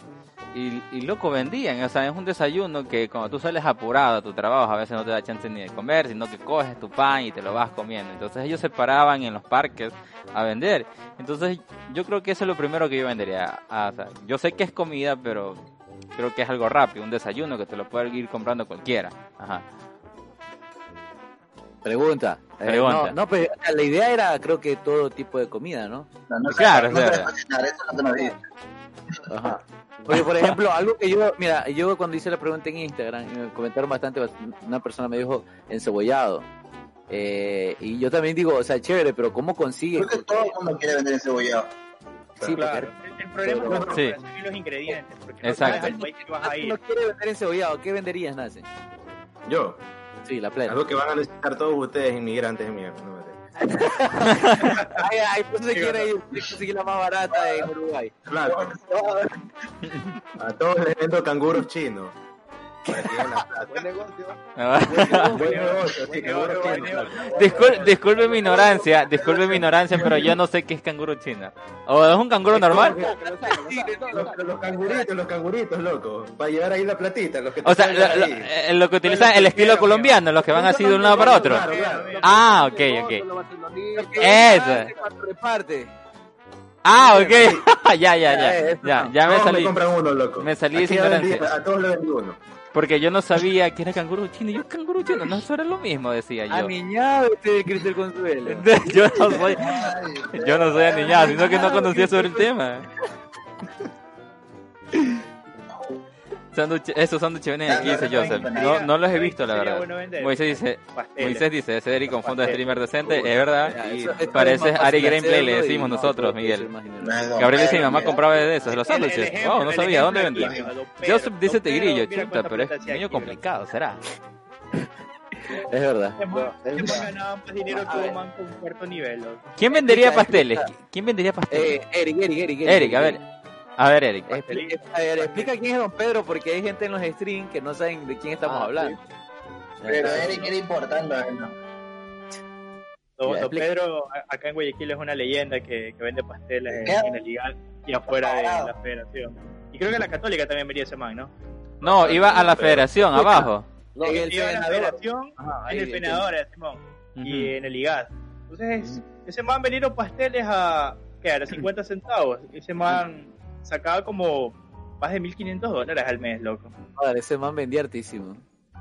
y, y loco vendían, o sea, es un desayuno que cuando tú sales apurado a tu trabajo, a veces no te da chance ni de comer, sino que coges tu pan y te lo vas comiendo. Entonces ellos se paraban en los parques a vender. Entonces yo creo que eso es lo primero que yo vendería. Ah, o sea, yo sé que es comida, pero creo que es algo rápido, un desayuno que te lo puede ir comprando cualquiera. Ajá. Pregunta. Eh, Pregunta. no, no, pues, o sea, la idea era, creo que todo tipo de comida, ¿no? No, no, Claro, no te claro. vas a cocinar, eso no te lo digo. Ajá. Porque, por ejemplo, algo que yo, mira, yo cuando hice la pregunta en Instagram, y me comentaron bastante, una persona me dijo encebollado. Eh, y yo también digo, o sea, chévere, pero ¿cómo consigues? Creo que todo el mundo quiere vender encebollado. Sí, Claro. El, el problema es la Sí. preparación y los ingredientes. Porque Exacto. No sabes al país que vas a porque ir. no quiere vender encebollado, ¿qué venderías, Nace? Yo. Sí, la plena. Algo que van a necesitar todos ustedes, inmigrantes de mierda. No me te- Ay, ay, tú se quiere ir, tú conseguí la más barata en Uruguay. Claro. A todos les vendo canguros chinos. Para que den la plata. Buen negocio. Buen negocio, sí, canguros buen chinos. Discul- disculpe mi ignorancia, disculpe mi ignorancia, pero yo no sé qué es canguro china. ¿O es un canguro normal? Los, los canguritos, los canguritos, loco. Para llevar ahí la platita, los que te O sea, salen lo, lo- ahí. eh, lo que utilizan el estilo colombiano, los que van así de un lado para otro. Claro, claro. Ah, ok, ok. Eso. Cuando reparte. Ah, ok. ya, ya, ya. Ya, ya me Todos salí. compran uno, loco. me salí Aquí sin ya vendí- ignorancia. A todos les vendí uno. Porque yo no sabía que era canguro chino. Yo, canguro chino, no, eso era lo mismo, decía A yo. mi ñave este Cristel Consuelo. Yo no soy, yo no soy aniñado, sino que no conocía sobre el tema. Sándwich- esos sándwiches vienen aquí, dice Joseph. No, no los he visto, la Sería verdad. bueno vender Moisés dice, pasteles. Moisés dice, Cedric con fondo de Pastel. streamer decente, es verdad. Ya, Y eso- esto pareces es más Ari fácil Gameplay, le hacerlo y decimos no, nosotros, creo que se Miguel. imaginaron. Gabriel dice, mi mamá compraba de esos, los El- el sándwiches. ejemplo- Wow, Oh, no el sabía, ¿dónde ejemplo vendía? aquí, mira, don Pedro, Joseph dice don Pedro, tigrillo, mira chuta, cuánta pero es plata hacía medio aquí, mira. complicado, ¿será? Es verdad. Hemos- No, es hemos verdad. ganado más dinero A que ver. un man con cuarto nivel. loco. ¿Quién vendería Explica, pasteles? explica. ¿Quién vendería pasteles? Eh, Eric, Eric, Eric, Eric, a ver. A ver, Eric. Expli- a ver, explica quién es Don Pedro, porque hay gente en los streams que no saben de quién estamos Ah, hablando. Pero Eric era importante, ¿no? Don, Ya, don explica. Pedro, a- acá en Guayaquil es una leyenda que, que vende pasteles en, ¿Qué? en el Ligal y afuera de la federación. Y creo que la católica también venía ese man, ¿no? No, iba a la federación, abajo. No, En el Y en la Senador. federación, Ajá, ahí, en el entiendo. penador, Simón, y Ujú. en el IGAS. Entonces, ese man vendieron pasteles a, ¿qué? a 50 centavos. Ese man sacaba como más de 1.500 dólares al mes, loco. Madre, ese man vendía hartísimo.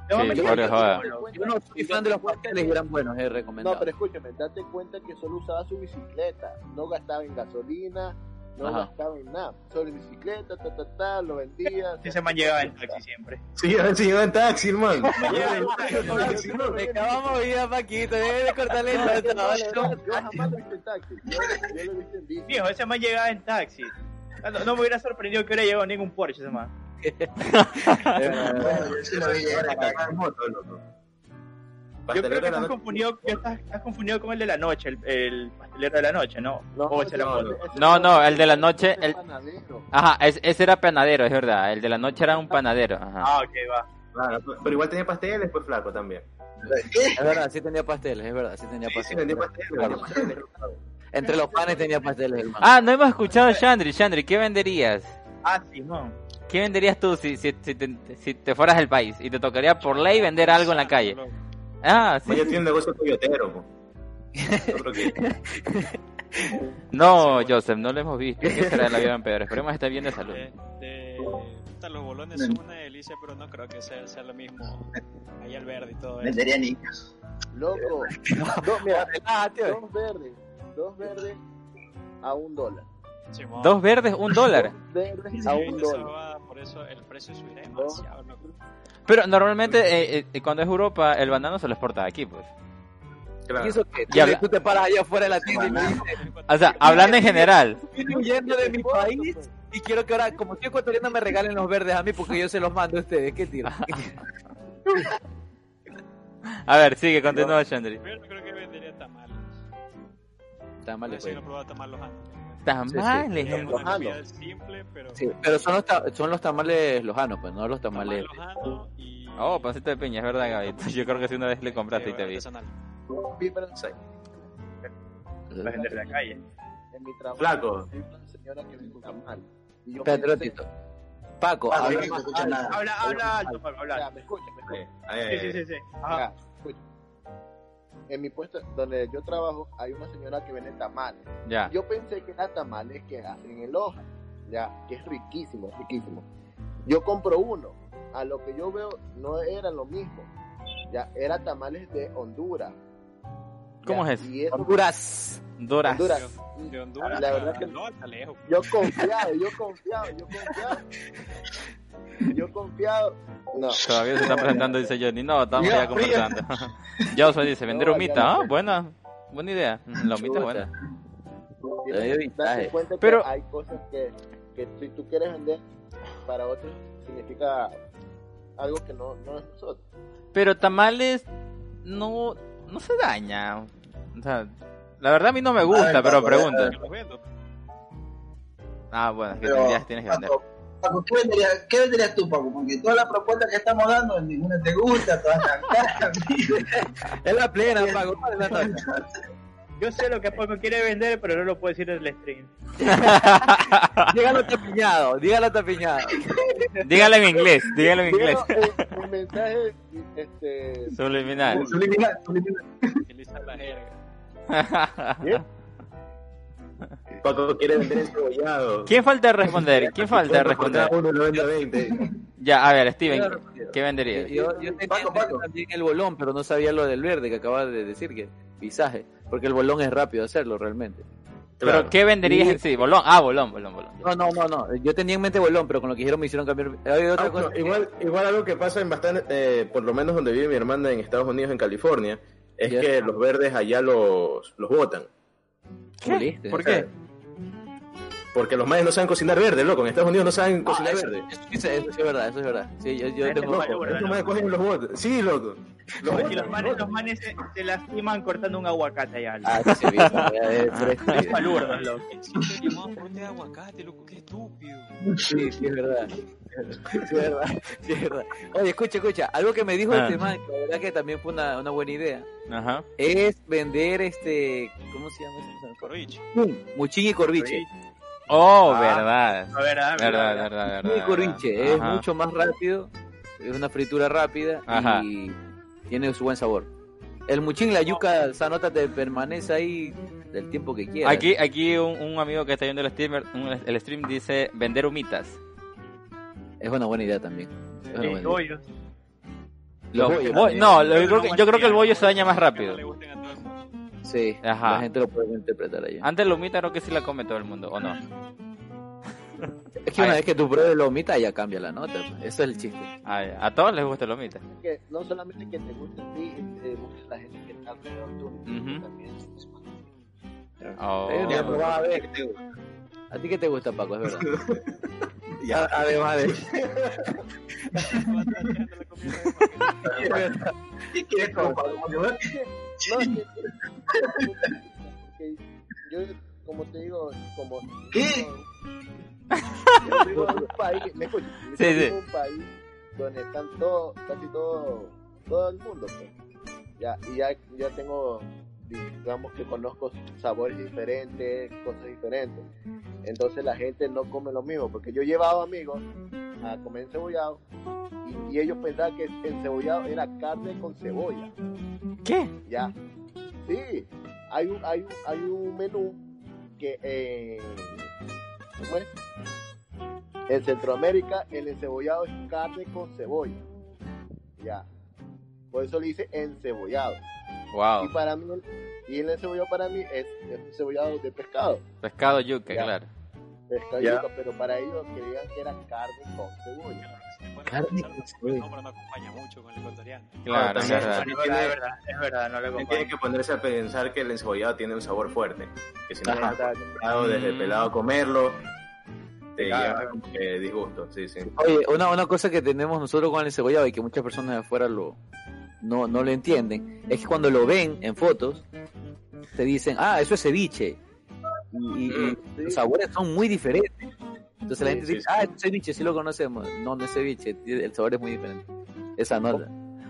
Ese man Sí, vendía pobre hartísimo, joda. loco. Yo no soy fan de los pasteles y eran buenos, es recomendado. No, pero escúchame, date cuenta que solo usaba su bicicleta, no gastaba en gasolina, no Ajá. gastaba en nada, solo en bicicleta, ta, ta, ta, lo vendía. Sí, Ese man llegaba en taxi siempre. Sí, yo sí, yo en taxi, man. Me acabamos vida, Paquito, debe de cortarle el No, yo, no, brazo, yo, no, yo jamás lo he visto en taxi, yo, yo lo he visto en bici. Viejo, ese man llegaba en taxi. Ah, No, no me hubiera sorprendido que hubiera llegado ningún Porsche ese man. no. Bueno, yo sí lo vi llegar acá. En moto, loco. Yo creo Pastelero que de la estás noche. confundido, ya estás, estás confundido con el de la noche, el, el pastelero de la noche, ¿no? No, o ese ese era no, otro. ese No, no, el de la noche, ese el- panadero. Ajá, es- ese era panadero, es verdad. El de la noche era un panadero. Ajá. Ah, ok, va. Claro, pero igual tenía pasteles, después flaco también. Es verdad, sí tenía pasteles, es verdad, sí tenía Sí, pasteles. vendía pasteles, vendía pasteles. Entre los panes tenía pasteles, hermano. Ah, no hemos escuchado a Chandri. Chandri, ¿qué venderías? Ah, Simón. ¿Qué venderías tú si, si, si te, si te fueras del país y te tocaría por ley vender algo en la calle? Ah, Oye, sí. tiene un negocio coyotero, po. Otro que- eh, No, Joseph, no lo hemos visto. ¿Qué será de la vida de Pedro? Esperemos estar bien de salud. De, de- puta, los bolones son una delicia, pero no creo que sea, sea lo mismo. Ahí al verde y todo eso. Vendería niños. Loco, dos, mira, Ah, tío. dos verdes, dos verdes a un dólar. Simón. Dos verdes, un dólar. Dos verdes Sí, a esa un dólar. bobada, Ah, Por eso el precio subirá Dos. demasiado. loco. Pero normalmente, eh, eh, cuando es Europa, el banano se lo exporta de aquí, pues. Claro. ¿Y eso qué? Y habla- Tú te paras allá afuera de la tienda y me dices, O sea, hablando en general. estoy huyendo de mi país y quiero que ahora, como estoy ecuatoriano, me regalen los verdes a mí porque yo se los mando a ustedes. ¿Qué tiro? A ver, sigue, continúa, Chandri. Primero creo que vendería tamales. Está No mal, sé si pues. no he probado tamales antes. Tamales, Es no una lojano. comida simple, pero... Sí, pero son los, ta- son los tamales lojanos, pues, no los tamales. Tamal lojano y... Oh, pancito de piña, es verdad, Gaby. Yo creo que si una vez le compraste y te vi. Artesanal. Vibra- La gente de la calle. en mi trabajo. Flaco. hay una señora que me gusta mal. Y yo Espérate un pensé, ratito. Paco, Ah, habla no más escucha alto. nada. Habla, habla alto, Paco, habla. ya, me escucha, me Sí, escucha. ahí, ahí, Sí, sí, sí, sí. Ajá. Ya, escucha. En mi puesto donde yo trabajo hay una señora que vende tamales. Ya. Yo pensé que eran tamales que hacen en hoja, ya, que es riquísimo, riquísimo. Yo compro uno, a lo que yo veo no era lo mismo, ya, era tamales de Honduras. ya, ¿Cómo es eso? y eso- Honduras. Doras. Honduras. De Honduras. La verdad que- No, está lejos. Yo confiado, yo confiado, yo confiado. Yo confiado. No. Todavía se están presentando, dice Johnny. No, estamos Mira, ya conversando. Joshua dice, vender No, ya humita. Ah, no sé. buena. Buena idea. Mm, La humita es buena. Ahí Tienes que hay darte ventaja. cuenta que Pero- hay cosas que, que si tú quieres vender para otros significa algo que no, no es nosotros. Pero tamales no, no se daña. O sea, la verdad a mí no me gusta, ver, pero Paco, pregunta. a ver. Los vendo. Ah, bueno, es que Pero, tendrías- tienes que vender. Paco, Paco, ¿qué, venderías, ¿qué venderías tú, Paco? Porque todas las propuestas que estamos dando, ninguna te gusta, todas las caras. Es la plena, Paco. es la noche. Yo sé lo que Paco quiere vender, pero no lo puedo decir en el stream. Dígalo tapiñado, dígalo tapiñado. Dígale en inglés, dígalo en inglés. Quiero, eh, un mensaje este, Subliminal. Subliminal, subliminal. Utilizar la jerga. Paco quiere vender encebollado. ¿Quién falta responder? ¿Quién falta responder? Uno lo vende a 20. Ya, a ver, Steven, ¿qué venderías? Yo, yo tenía Paco, Paco. también el bolón, pero no sabía lo del verde que acabas de decir, que visaje. Porque el bolón es rápido hacerlo realmente. ¿Pero qué venderías en sí? Bolón. Ah, bolón, bolón, bolón. No, no, no, no. Yo tenía en mente bolón, pero con lo que dijeron me hicieron cambiar. Hay otra Ah, cosa no, que- igual, igual algo que pasa en bastante, eh, por lo menos donde vive mi hermana en Estados Unidos, en California, es Ya. que los verdes allá los, los botan. Moleste. ¿Por qué? Porque los mayas no saben cocinar verde, loco. En Estados Unidos no saben Ah, cocinar eso, verde. eso sí, eso sí es verdad, eso es verdad. Sí, yo, yo Este tengo es malo, ojo. ¿verdad? Estos mayas cogen y los botan. Sí, loco. Los Y los botan, manes, los manes se, se lastiman cortando un aguacate allá. Ah, sí, sí, visa, ya, eh, Ah, Es fresco. palurdo, loco. Existe el llamado fruta de aguacate, loco, qué estúpido. Sí, sí es verdad. Sí es verdad, sí es verdad. Oye, escucha, escucha. Algo que me dijo Ah. este man, que la verdad que también fue una, una buena idea, Ajá. es vender este. ¿Cómo se llama eso? Corviche. Muchín y corviche. Oh, Ah. verdad. A ver, a ver, Verdad, a ver. verdad, verdad. Muchín y verdad. corviche. Es ah, Ajá. mucho más rápido, es una fritura rápida Ajá. y tiene su buen sabor. El muchín, la yuca, sanota te permanece ahí del tiempo que quieras. Aquí, aquí un, un amigo que está viendo el stream, un- el stream dice vender humitas. Es una buena idea también. Es una Sí, buena idea. hoyos. Los Los bollos bo- también. no, lo- yo, creo que, yo creo que el bollo se daña más Que rápido. no le gusten a todo el mundo. Sí, Ajá. Ah, la gente lo puede interpretar allá. Antes la humita creo que sí la come todo el mundo, ¿o no? es que una ay. vez que tú pruebes la humita ya cambia la nota. pues. Eso es el chiste. Ay, A, todos les gusta la humita. que no solamente que te guste a ti, te gusta a la gente que está alrededor tuyo, Ujú. también es Oh. Eh, Ya, no, pero va a ver. ¿A ti qué te gusta, Paco? Es verdad. Ya, además de. Va tachando la comida de aguacate. Es verdad. ¿Qué quieres como Paco? Porque vos- No, es que- porque yo, como te digo, como. ¿Qué? Yo vivo en un país, me escuchas? Yo Sí, sí. vivo en un país donde están todo, casi todo, todo el mundo. pues. Ya, y ya, ya tengo, digamos que conozco sabores diferentes, cosas diferentes. Entonces la gente no come lo mismo, porque yo he llevado amigos a comer encebollado y, y ellos pensaban que encebollado era carne con cebolla. ¿Qué? Ya. Sí, hay un, hay un, hay un menú que eh, ¿cómo es? en Centroamérica el encebollado es carne con cebolla. Ya. Por eso le dice encebollado. Y Wow, para mí, y el encebollado para mí es, es un cebollado de pescado. pescado yuca, Ya. claro. pescado Ya. yuca, pero para ellos creían que era carne con cebolla. Se pone a Carne pensar, pues, con porque cebolla. El nombre no acompaña mucho con el ecuatoriano. Ah, Claro, es también. verdad. Bueno, es verdad, es verdad, es verdad, no lo Tiene comparto. que ponerse a pensar que el encebollado tiene un sabor fuerte. Que si no Ajá. estás acostumbrado desde pelado a comerlo, te Claro. lleva como que disgusto. Sí, sí. Oye, una, una cosa que tenemos nosotros con el cebollado y que muchas personas de afuera lo, no, no lo entienden es que cuando lo ven en fotos te dicen, ah, eso es ceviche. Y, Mm. y- y los sabores son muy diferentes. Entonces la Sí, gente sí, dice, sí. ah, es ceviche, sí lo conocemos. No, no es ceviche, el sabor es muy diferente. Esa nota.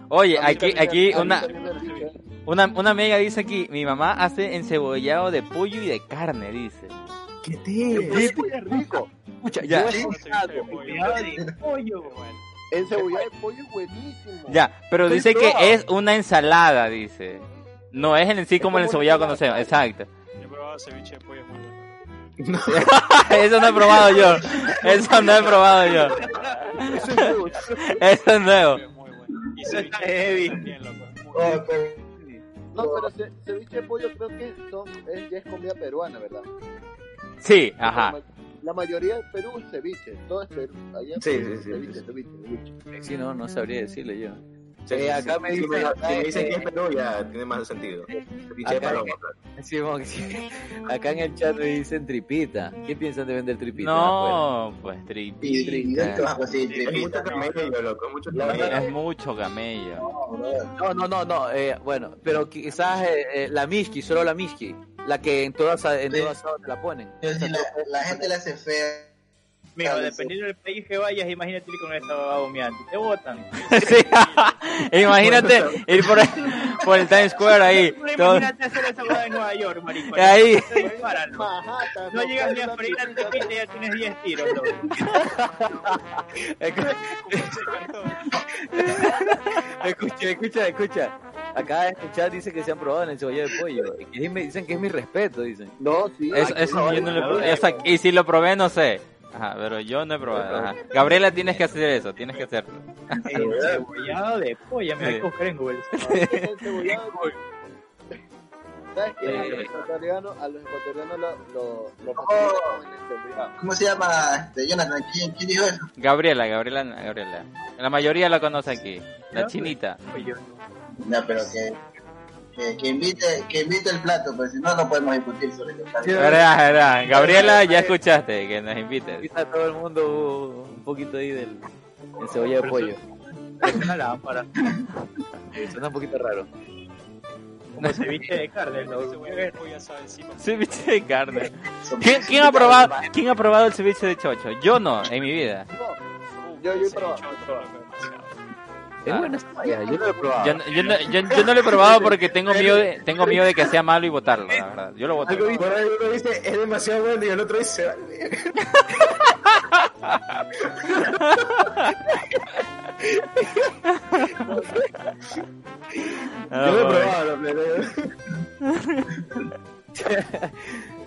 Oye, A mí aquí, también- aquí a mí una, también me han dicho, ¿eh? una, una amiga dice aquí, mi mamá hace encebollado de pollo y de carne, dice. ¿Qué Es muy rico. Escucha, Ya. yo he Sí, escuchado, sí, sí, Cuidado de pollo. Pero bueno, El cebollado de pollo es buenísimo. Ya, pero Estoy dice que probado. es una ensalada, dice. No es en sí como el Es como una encebollado ensalada. conocemos, exacto. yo he probado ceviche de pollo muy bueno. Eso no he probado yo. Eso no he probado yo. eso es nuevo. Eso es nuevo. Es muy bueno. Y Eso está ceviche heavy. también, loco. Oh, pero- No, pero ce- ceviche de pollo creo que son, es, ya es comida peruana, ¿verdad? Sí, ajá. La, ma- la mayoría de Perú es ceviche, todo es Perú. Allá en Sí, Perú sí, es sí, ceviche, sí. ceviche, ceviche. Sí, no, no sabría decirle yo. Sí, Eh, sí, acá sí. me Si dicen- lo- acá si me es- dicen que es Perú, ya tiene más sentido. Ceviche de eh, acá paloma, es- claro. Simón, acá en el chat me dicen tripita. ¿Qué piensan de vender tripita? No, pues Y tripita. tripita, pues sí, Es mucho tripita. camello, loco, es mucho Sí, camello. Es mucho camello. No, brother. No, no, no, no. eh, bueno, pero quizás eh, eh, la Mishki, solo la Mishki. La que en todas en Sí. todas te la ponen. Pero si la, la gente la hace fea. Mijo, Dale, dependiendo del país que vayas, imagínate ir con esta babomeante. Te votan. Sí. Imagínate ir por, por el Times Square ahí. todo- Imagínate hacer esa boda en Nueva York, maricón. Ahí. Te disparan, loco. Manhattan, No llegas ni a puedes freír dar la tripita y ya tienes 10 tiros, loco. este Escucha, escucha, escucha. Acá en el chat dice que se han probado en el cebolla de pollo. Y que es mi- dicen que es mi respeto, dicen. No, sí. Eso, aquí eso no yo hay no lo he nada. probado. Esa- y si lo probé, no sé. Ajá, pero yo no he probado. ajá. Gabriela, tienes que hacer eso, tienes que hacerlo. Cebollado de polla, me voy a buscar en Google. Es cebollado. ¿Sabes qué? A Eh, los ecuatorianos, a los ecuatorianos lo, lo, lo facilitan con el cebollado. ¿Cómo se llama este, Jonathan? ¿Quién, quién dijo eso? Gabriela, Gabriela, Gabriela. La mayoría la conoce aquí. La chinita. Pollo. No, pero que, que, que invite, que invite el plato, pero si no, no podemos discutir sobre el plato. Verdad, verdad. Gabriela, ya escuchaste, que nos invites. Quizá todo el mundo uh, un poquito ahí del el cebolla de pollo. Es una lámpara. Eh, Suena un poquito raro. Como ceviche de carne, Ese loco. huevo de polla sabe encima. Ceviche de carne. ¿Quién, quién ha probado, ¿Quién ha probado el ceviche de chocho? Yo no, en mi vida. Yo- yo he Ese probado. bicho, loco, demasiado. Es buena esa valla, yo no lo he Ah, probado. Yo, no- yo, no, yo, yo no lo he probado porque tengo miedo de, tengo miedo de que sea malo y votarlo, la verdad. Yo lo voto. Algo dice, por ahí uno dice, es demasiado bueno, y el otro dice, "Vale". Ah, yo lo he probado, pero...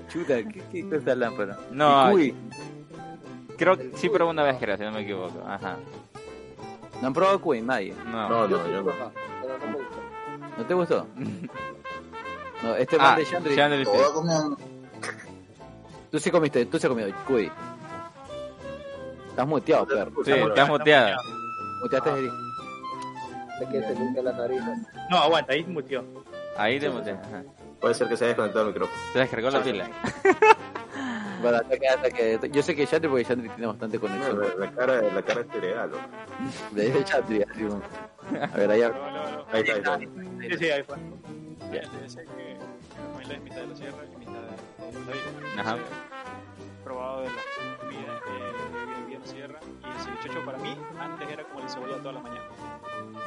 Chuta, ¿qué, qué cosa esa lámpara? No, eh, Uy, creo que sí probé una vez, creo, si no me equivoco. Ajá. no han probado cuy, nadie. No. No, Yo no, sí yo no. probaba, pero no me gusta. ¿No te gustó? No, este man Ah, de Chandri. Chandri, sí. Todo como- Tú sí comiste, tú sí has comido cuy. Estás muteado, perro. Sí, estás muteado. Muteaste el Es que se limpia la nariz. No, aguanta, ahí mutió. Ahí te muteas. ajá. Puede ser que se haya desconectado el micrófono. Se descargó la pila. Bueno, hasta que- hasta que- yo sé que Chandri porque Chandri tiene bastante conexión. La, la cara, la cara es regalo. De ahí de Chandri, así, bueno. A ver, ahí Aló, aló, aló. Ahí está, ahí está. Sí, sí, ahí fue. Mira, te decía que Maila es mitad de la sierra y mitad de la isla. Ajá. Entonces, He probado de la comida eh, que vivía en la sierra y el cevichocho para mí antes era como el cebolla toda la mañana.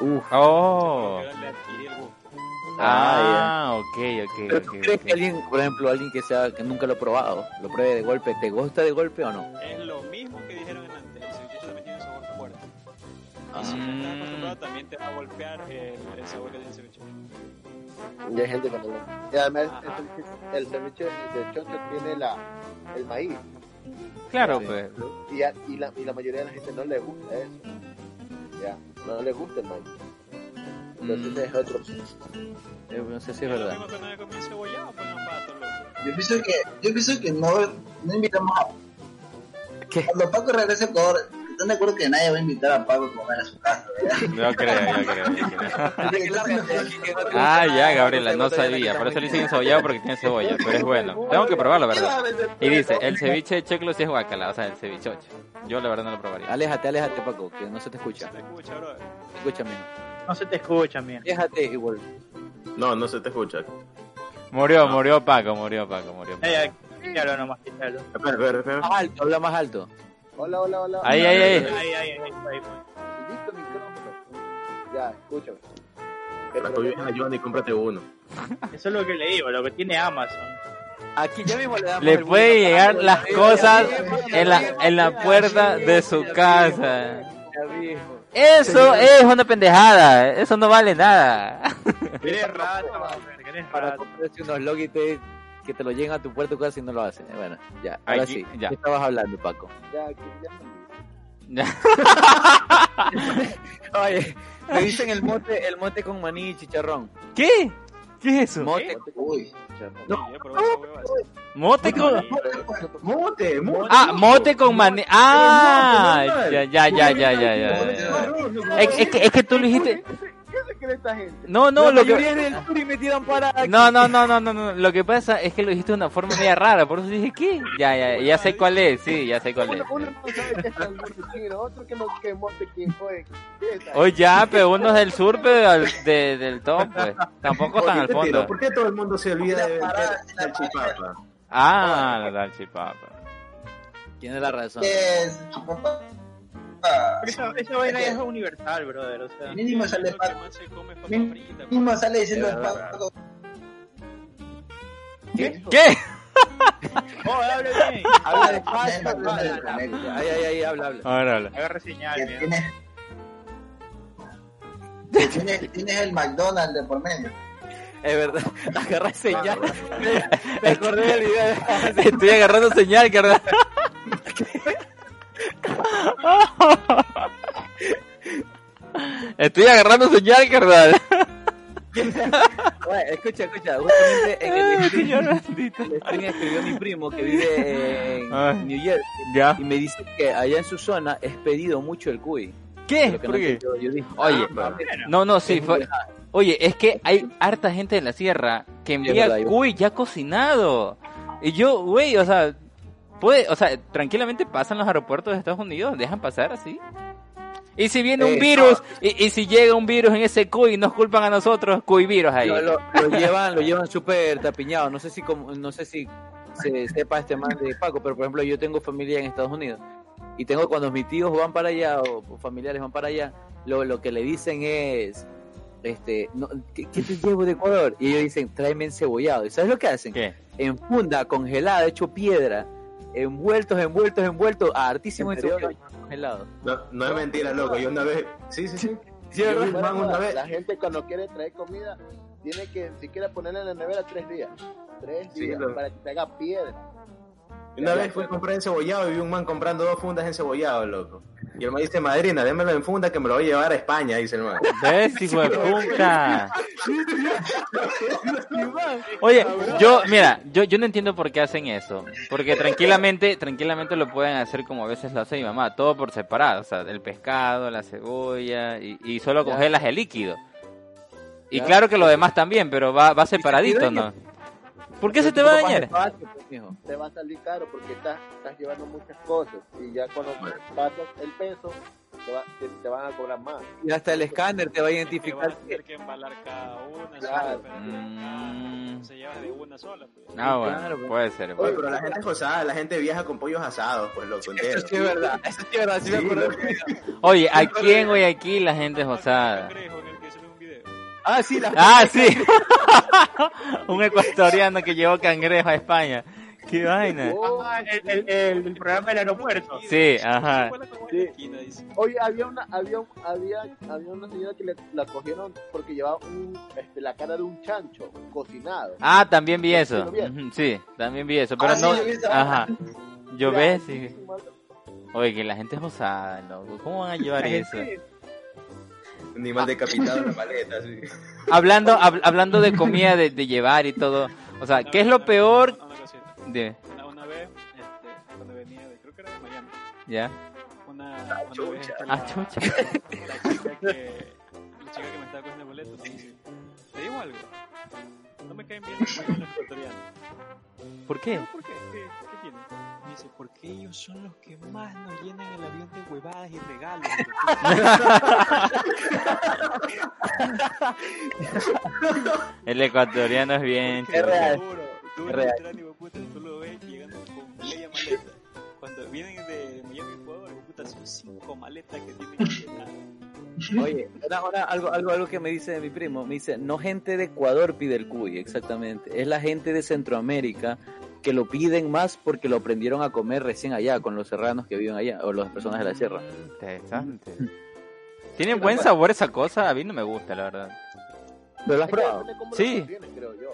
Uf. Oh. Ahora le adquirí el gusto. Ah, ok, ok, ¿Pero tú ok. crees ok. que alguien, por ejemplo, alguien que sea que nunca lo ha probado, lo pruebe de golpe, ¿te gusta de golpe o no? Es lo mismo que dijeron en antes, el cevichocho también tiene un sabor fuerte. Y si no estás acostumbrado Mm, también te va a golpear el, el sabor que tiene el cevichocho. Y hay gente que no lo- Y además, el ceviche- el ceviche de chocho tiene la, el maíz. Claro, pues. Y, a- y, la, y la mayoría de la gente no le gusta eso. Ya, no le gusta el maíz. Entonces Mm. es otro. Eh, no sé si Es es lo verdad. mismo que una vez comí cebollado pues con los patos, loco. Yo pienso que, yo pienso que no, no invitamos a. ¿Qué? Cuando Paco regrese a Ecuador, están de acuerdo que nadie va a invitar a Paco a comer a su casa, ¿verdad? Yo creo, yo creo. yo creo. Entonces, Ah, ya, Gabriela, no sabía. Por eso le dicen cebollado porque tiene cebolla, pero es bueno. Tengo que probarlo, ¿verdad? Y dice, el ceviche de choclo sí es guacala, o sea, el cevichocho. Yo la verdad no lo probaría. Aléjate, aléjate, Paco, que no se te escucha. Se te escucha, bro. Escúchame. No se te escucha, mierda. Aléjate igual. No, no se te escucha. Ah, Murió, murió Paco, murió Paco, murió Paco. Ay, ay, quítalo nomás, quítalo. Espera, espera, espera. Más alto, habla más alto. Hola, hola, hola. Ahí, ahí, Ahí, ahí. ahí, ahí, ahí, ahí fue. Listo, micrófono. Ya, escúchame. El La tuya es problema- la Johnny, cómprate uno. Eso es lo que le digo, lo que tiene Amazon. Aquí ya mismo le damos. Le el puede bullying a llegar Paco, las ya cosas mismo, ya en la, mismo, en la ya puerta mismo, de su ya casa. mismo. Eso es una pendejada, eso no vale nada. Eres rata, Bauer, eres Para rata. comprarse unos Logitech que te lo lleguen a tu puerta o casa y no lo hacen. Eh, Bueno, ya, ahora Aquí, sí. ya. ¿Qué estabas hablando, Paco? Ya, aquí, ya. Oye, me dicen el mote, el mote con maní y chicharrón. ¿Qué? ¿Qué es eso? Mote, Uy, Y yo probé esa hueva. Mote con... ¡Mote! ¡Mote! Ah, mote con maní. Ah, normal. ya, ya, ya, ya, ya, ya. Mote, Es, es que, es que tú lo dijiste, esta gente. No, no, lo que... del sur y me tiran para aquí. No, no, no, no, no, no, lo que pasa es que lo dijiste de una forma media rara, por eso dije, ¿qué? Ya, ya, ya sé cuál es, sí, ya sé cuál es. Uno, uno no sabe que es el norte chino, otro que no que es monte quinto, eh. ¿Qué es Oye, Oh, ya, pero uno es del sur, pero al- de- del top, pues. Tampoco Oye, tan al te tiro, fondo. ¿Por qué todo el mundo se olvida de parada, vender la salchipapa? Ah, la del chipapa. Tiene la razón. Eh, Es chupapá. Ah, Pero esa, esa vaina ya es universal, brother. O sea, Mínimo Lo sale, que pa- más se come es papa Ni- frita. pues, mínimo sale diciendo Es verdad. pato. ¿Qué? oh, habla bien. Habla Nena, despacio, nena, habla. nena, nena. Ah, Ay, ay, ay, habla, habla. Ahora habla. Agarra señal, Que mira. tienes, que tienes, tienes el McDonald's de por medio. Es verdad, agarra señal. Me, me acordé del video. Estoy agarrando señal, carnal. Estoy agarrando señal, carnal. Bueno, escucha, escucha, justamente en el Señor stream, bendito. el stream escribió mi primo que vive en Ah. New Jersey ¿Ya? y me dice que allá en su zona es pedido mucho el cuy. ¿Qué? Lo que no ¿Por qué? entendió, yo dije, Oye, papi, No, no, Ah, sí. es fue- muy lejano. Oye, es que hay harta gente de la sierra que verdad, envía yo- cuy ya cocinado. Y yo, güey, o sea, puede, o sea, tranquilamente pasan los aeropuertos de Estados Unidos, dejan pasar así. Y si viene un Eh, virus, y, y si llega un virus en ese cuy, nos culpan a nosotros, cuy virus ahí. lo, lo- lo llevan, lo llevan súper tapiñado. No sé si, como, no sé si se sepa este man de Paco, pero por ejemplo yo tengo familia en Estados Unidos y tengo cuando mis tíos van para allá o familiares van para allá, lo, lo que le dicen es, este, no, ¿qué, qué te llevo de Ecuador? Y ellos dicen, tráeme encebollado. ¿Y sabes lo que hacen? ¿Qué? En funda, congelada, hecho piedra, envueltos, envueltos, envueltos, a hartísimo ¿En serio? encebollado congelado. No, no es mentira, loco. Yo una vez. Sí, sí, sí. Yo vi un Fuera man de una joda, vez. La gente cuando quiere traer comida tiene que ni siquiera ponerla en la nevera tres días. Tres Sí, días lo- para que te haga piedra. Una vez fui a comprar encebollado y vi un man comprando dos fundas de encebollado, loco. Y el man dice, madrina, démelo en funda que me lo voy a llevar a España, dice el man. ¿Ves, hijo de puta? Oye, yo, mira, yo, yo no entiendo por qué hacen eso. Porque tranquilamente, tranquilamente lo pueden hacer como a veces lo hace mi mamá, todo por separado. O sea, el pescado, la cebolla, y, y solo Ya. congelas el líquido. Y Ya. claro que lo demás también, pero va, va separadito, ¿no? daña. ¿Por qué se te va a Pero dañar? papá hace espacio, pues, mijo. Te va a salir caro porque estás, estás llevando muchas cosas. Y ya cuando pasas el peso, te, va- te- te van a cobrar más. Y hasta el escáner te va a Que vas identificar a que tener que embalar cada una, Claro. solo, pero cada- Mm. se lleva de una sola. pues. Ah, Claro, bueno, pues. puede ser. Oye, pues. pero la gente es gozada, la gente viaja con pollos asados, pues loco. entero. Eso sí es verdad, eso sí es verdad, sí me Sí, acuerdo. loco. Oye, ¿a quién hoy aquí la gente es Ah, osada? un cangrejo en el que se ve un video. Ah, sí, la Ah, sí. un ecuatoriano que llevó cangrejo a España. Qué vaina. Oh, Ah, el, el, el programa del aeropuerto. Sí, ajá. Fue la cagó en la Sí. esquina, dice. Oye, había una, había, un- había, había una señora que le- la cogieron porque llevaba un, este, la cara de un chancho cocinado. Ah, también vi eso. ¿Lo vieron? Ujú, Sí, también vi eso, pero Ah, sí, no. yo vi esa Ajá. Yo ves, sí. Grandísimo, Oye, que la gente es osada, loco. ¿Cómo van a La llevar eso? gente- Animal decapitado en la maleta, sí. Hablando, hab- hablando de comida, de, de llevar y todo. O sea, Ah, ¿qué es lo peor Una cosita. de Una- Una vez, este, cuando venía de, creo que era de Miami, ya? una, una vez este, Ah, la, chucha. la chica que, la chica que me estaba cogiendo el boleto me dice, te digo algo, no me caen bien los españoles ecuatorianos. ¿Por qué? No, ¿por qué? ¿Qué, qué tiene? Me dice, porque ellos son los que más nos llenan el avión de huevadas y regalos. El ecuatoriano es bien. Porque Es real. seguro, Tú Es en real. el tren, hijo pues, puta, tú lo ves llegando con media maleta. Cuando vienen de Miami a Ecuador, hijo puta, son cinco maletas que tienen que llenar. Oye, ahora algo, algo, algo que me dice mi primo, me dice, no gente de Ecuador pide el cuy, exactamente, es la gente de Centroamérica que lo piden más porque lo aprendieron a comer recién allá, con los serranos que viven allá, o las personas de la sierra. Mm, Interesante. Tiene buen sabor esa cosa, a mí no me gusta, la verdad. ¿Pero lo Es has que probado? depende cómo lo Sí. cocines, creo yo.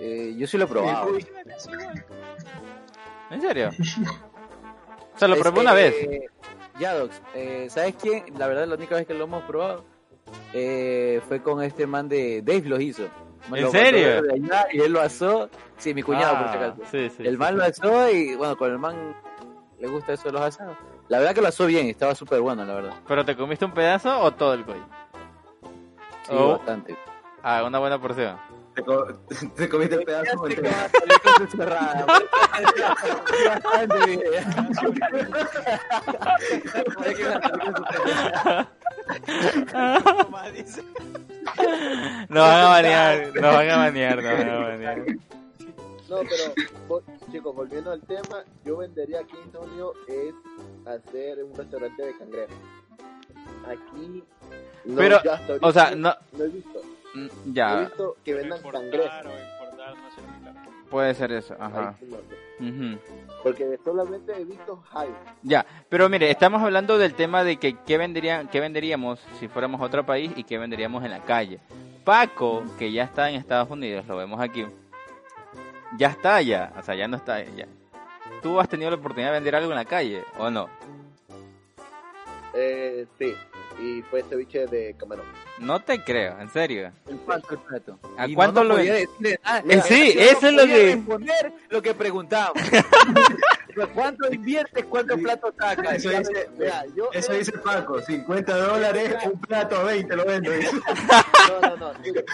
Eh, yo sí lo he probado. ¿En serio? O sea, lo probé Este, una vez. Ya, Docs, eh, ¿sabes quién? La verdad, la única vez que lo hemos probado eh, fue con este man de... Dave lo hizo. Me ¿En lo mandó serio? de allá Y él lo asó. Sí, mi cuñado, por si Ah, acaso. sí, sí, El sí. man lo asó y bueno, con el man le gusta eso de los asados. La verdad que lo asó bien, estaba súper bueno, la verdad. ¿Pero te comiste un pedazo o todo el cuello? Sí, Oh. bastante. Ah, una buena porción. Te, co- te comiste el pedazo de Ya entera. salió con su cerrada, güey. Bastante bien. Hay que lanzar con su cerrada. Nos van a banear, nos van a banear, nos van a banear. No, pero vol- chicos, volviendo al tema, yo vendería aquí en Estados Unidos es hacer un restaurante de cangrejo. Aquí no, Pero, yo hasta O sea, ahorita no, no he visto. mm, He ya, visto que vendan cangrejo. Exportar o importar, no sé muy claro. puede ser eso, Ahí ajá. sí no sé. Ujú. Porque solamente he visto hype. Ya, pero mire, estamos hablando del tema de que qué, vendería, qué venderíamos si fuéramos a otro país y qué venderíamos en la calle. Paco, que ya está en Estados Unidos, lo vemos aquí, ya está allá, o sea, ya no está allá. ¿Tú has tenido la oportunidad de vender algo en la calle o no? Eh, sí, y fue ceviche de camarón. No te creo, en serio. El pato, el pato. ¿A Y cuánto lo no nos podía ven- decir nada. Eh, sí, Yo eso es lo podía que- responder lo que preguntamos. ¿Cuánto inviertes? ¿Cuánto plato sacas? Eso dice, Mira, yo eh, eso dice Paco, 50 dólares, un plato a 20 lo vendo. dice. No, no, no. mire.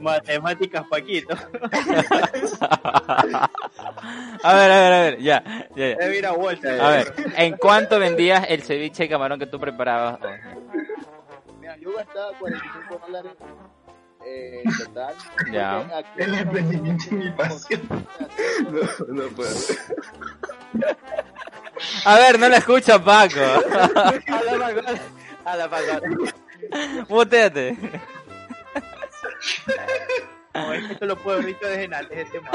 Matemáticas, Paquito. A ver, a ver, a ver, ya, ya, ya. Debe ir a Walter. A ver, ¿en cuánto vendías el ceviche de camarón que tú preparabas? Mira, yo gastaba 45 dólares eh, en total. Ya. Porque aquí- El emprendimiento y mi pasión. No, no puedo. A ver, no lo escucha Paco. A la pagona. A la pagona. Muteate. No, es que esto lo puedo ahorita desde antes este de tema.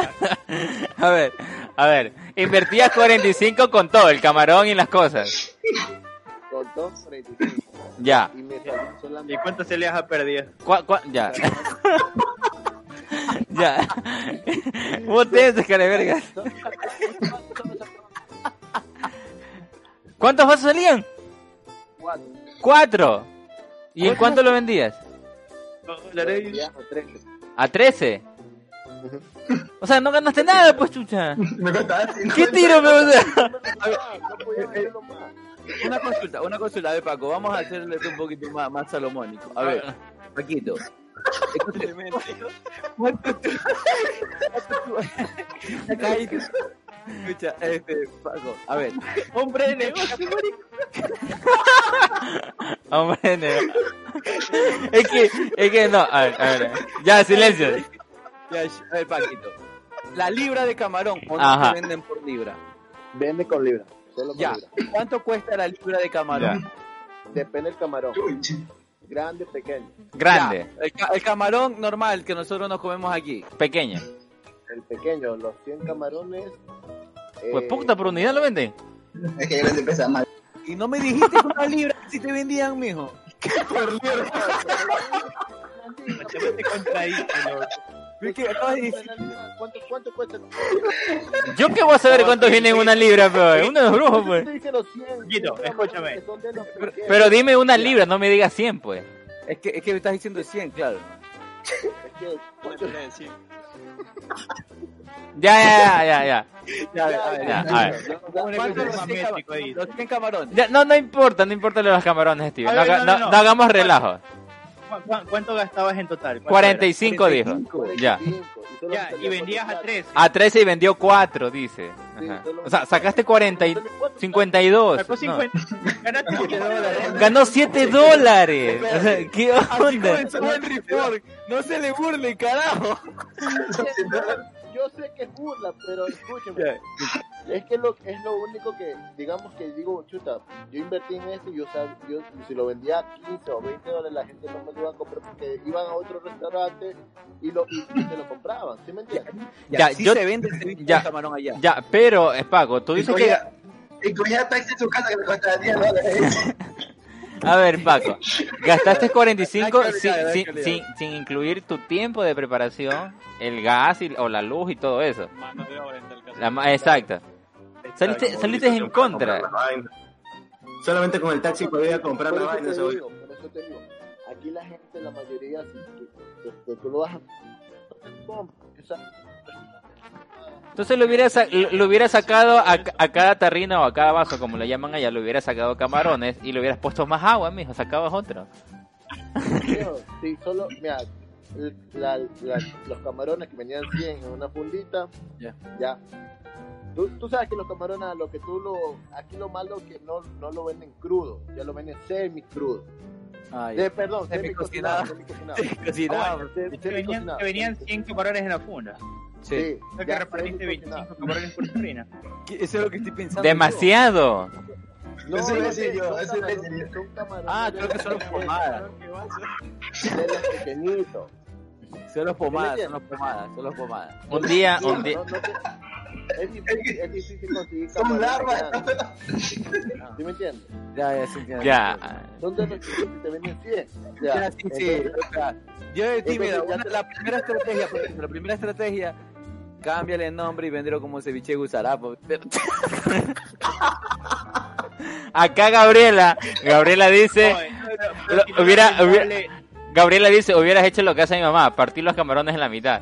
A ver, a ver. Invertías 45 con todo, el camarón y las cosas. Con 2.35. Ya. Y me salió ¿Y solamente. cuánto se le has perdido? Cua- cua- ya. ya. Muteate, cara de verga. ¿Cuántos vasos salían? Cuatro. Cuatro. ¿Y en cuánto lo vendías? Ya, a tres. A 13. O sea, no ganaste nada, pues chucha. Me costaba ¿Qué tiro, me o sea? No podía hacerlo más. Una consulta, una consulta. A ver, Paco, vamos a hacerle esto un poquito más, más salomónico. A ver, Paquito. escúchame, ¿Cuánto tú- cuánto tú- Acá hay- Escucha, este, Paco, a ver. Hombre de negocio, Hombre, no. Es que, es que no, a ver, a ver. Ya, silencio. Ya, a ver, Paquito. La libra de camarón, ¿o no Ajá. se venden por libra? Vende con libra. Solo con Ya. libra. ¿Cuánto cuesta la libra de camarón? Depende del camarón. Grande, pequeño. Grande, Ya, El, ca- el camarón normal que nosotros nos comemos aquí. pequeño. El pequeño, los 100 camarones. eh, Pues puta, por unidad lo venden. Es que grande pesa más. Y no me dijiste que una libra si te vendían, mijo. Yo te contradigo, loco. Es que acabas de decir- ¿Cuánto, ¿Cuánto cuesta? Yo qué voy a saber cuánto viene en una libra, pero uno de los brujos, Yo pues. te dije los 100. Guido, escúchame. que son de los Pero- pequeños. Pero dime una libra, no me digas 100, pues. Es que, es que me estás diciendo 100, claro. Es que, Una coño, pelea de cien. Ya, ya, ya, ya, ya. Ya, a ver, a ver, Ya, ya. a ver. ¿Cuánto ¿Cuánto los más 100 métrico cama- ahí? los 100 camarones? Ya, no, no importa, no importa lo de los camarones, Steven. A No, ver, haga- no, no- no, no. no hagamos relajo. ¿Cu- cu- ¿Cuánto gastabas en total? ¿Cuánto 45 dijo. 45. Ya. 45, y solo era? Ya, me y salía vendías a cuatro 13. A 13 y vendió 4, dice. Sí, Ajá. solo- O sea, sacaste 40 y Solo cuatro. 52. Sacó no. 50. Ganaste 15 dólares. Ganó 7 dólares. O sea, ¿qué onda? Henry Ford, no se le burle, carajo. Yo sé que es burla, pero escúcheme. Es que lo, es lo único que, digamos que digo, chuta, yo invertí en esto y yo, sab- yo si lo vendía a 15 o 20 dólares, la gente no me lo iba a comprar porque iban a otro restaurante y, lo, y se lo compraban, ¿sí me entiendes? Ya, Ya, sí yo- se vende el ceviche ya. de camarón allá. Ya, pero, eh, Paco, tú Y dices que. comía- Y comía taxi en su casa que me costaba 10 dólares. A ver, Paco, gastaste 45 Hay que sin, olvidar, hay sin- que olvidar. sin- sin incluir tu tiempo de preparación, el gas y- o la luz y todo eso. Mano de obra en tal caso. La ma- exacto. Saliste, Como saliste dice, en para comprar contra. la vaina. Solamente con el taxi podía comprar por la eso vaina. te seguro. digo, por eso te digo, aquí la gente, la mayoría, si tú, tú- tú- tú lo vas a... no te compra, o sea, Entonces lo hubiera, sa- lo lo hubiera sacado a, a cada tarrina o a cada vaso, como lo llaman allá, le hubiera sacado camarones y le hubieras puesto más agua, mijo, sacabas otro. Tío, sí, solo, mira, l- la- la- los camarones que venían 100 en una fundita, Ya. ya. Tú, tú sabes que los camarones, a lo que tú lo. Aquí lo malo es que no, no lo venden crudo, ya lo venden semi crudo. Ay, perdón, Ah, semi cocinado. Semicocinado. Semi cocinado. cocinado. Que venían, que venían 100 camarones en la funda. Sí. No que repartiste 25 camarones por tarrina. Eso es lo que estoy pensando. Demasiado. No, Eso iba a no, decir son yo, eso iba a decir camarones- son camarones Ah, creo que son los pomadas. de los pequeñitos. Son los pomadas, son los pomadas, son los pomadas. Un día, No, un día. no, no te- es, difícil, es difícil conseguir Son camarones larvas. grandes. ¿Sí me entiendes? Ya, ya, sí, entiendo. Ya. Son de los que te venden 100. Ya, Ya, sí, sí. entonces, o sea, yo de ti, mira, Entonces, ya una- te- la primera estrategia, por ejemplo, la primera estrategia, cámbiale el nombre y vendelo como ceviche de gusarapo. Acá Gabriela, Gabriela dice, Lo- hubiera- hubiera- Gabriela dice, hubieras hecho lo que hace mi mamá, partir los camarones en la mitad.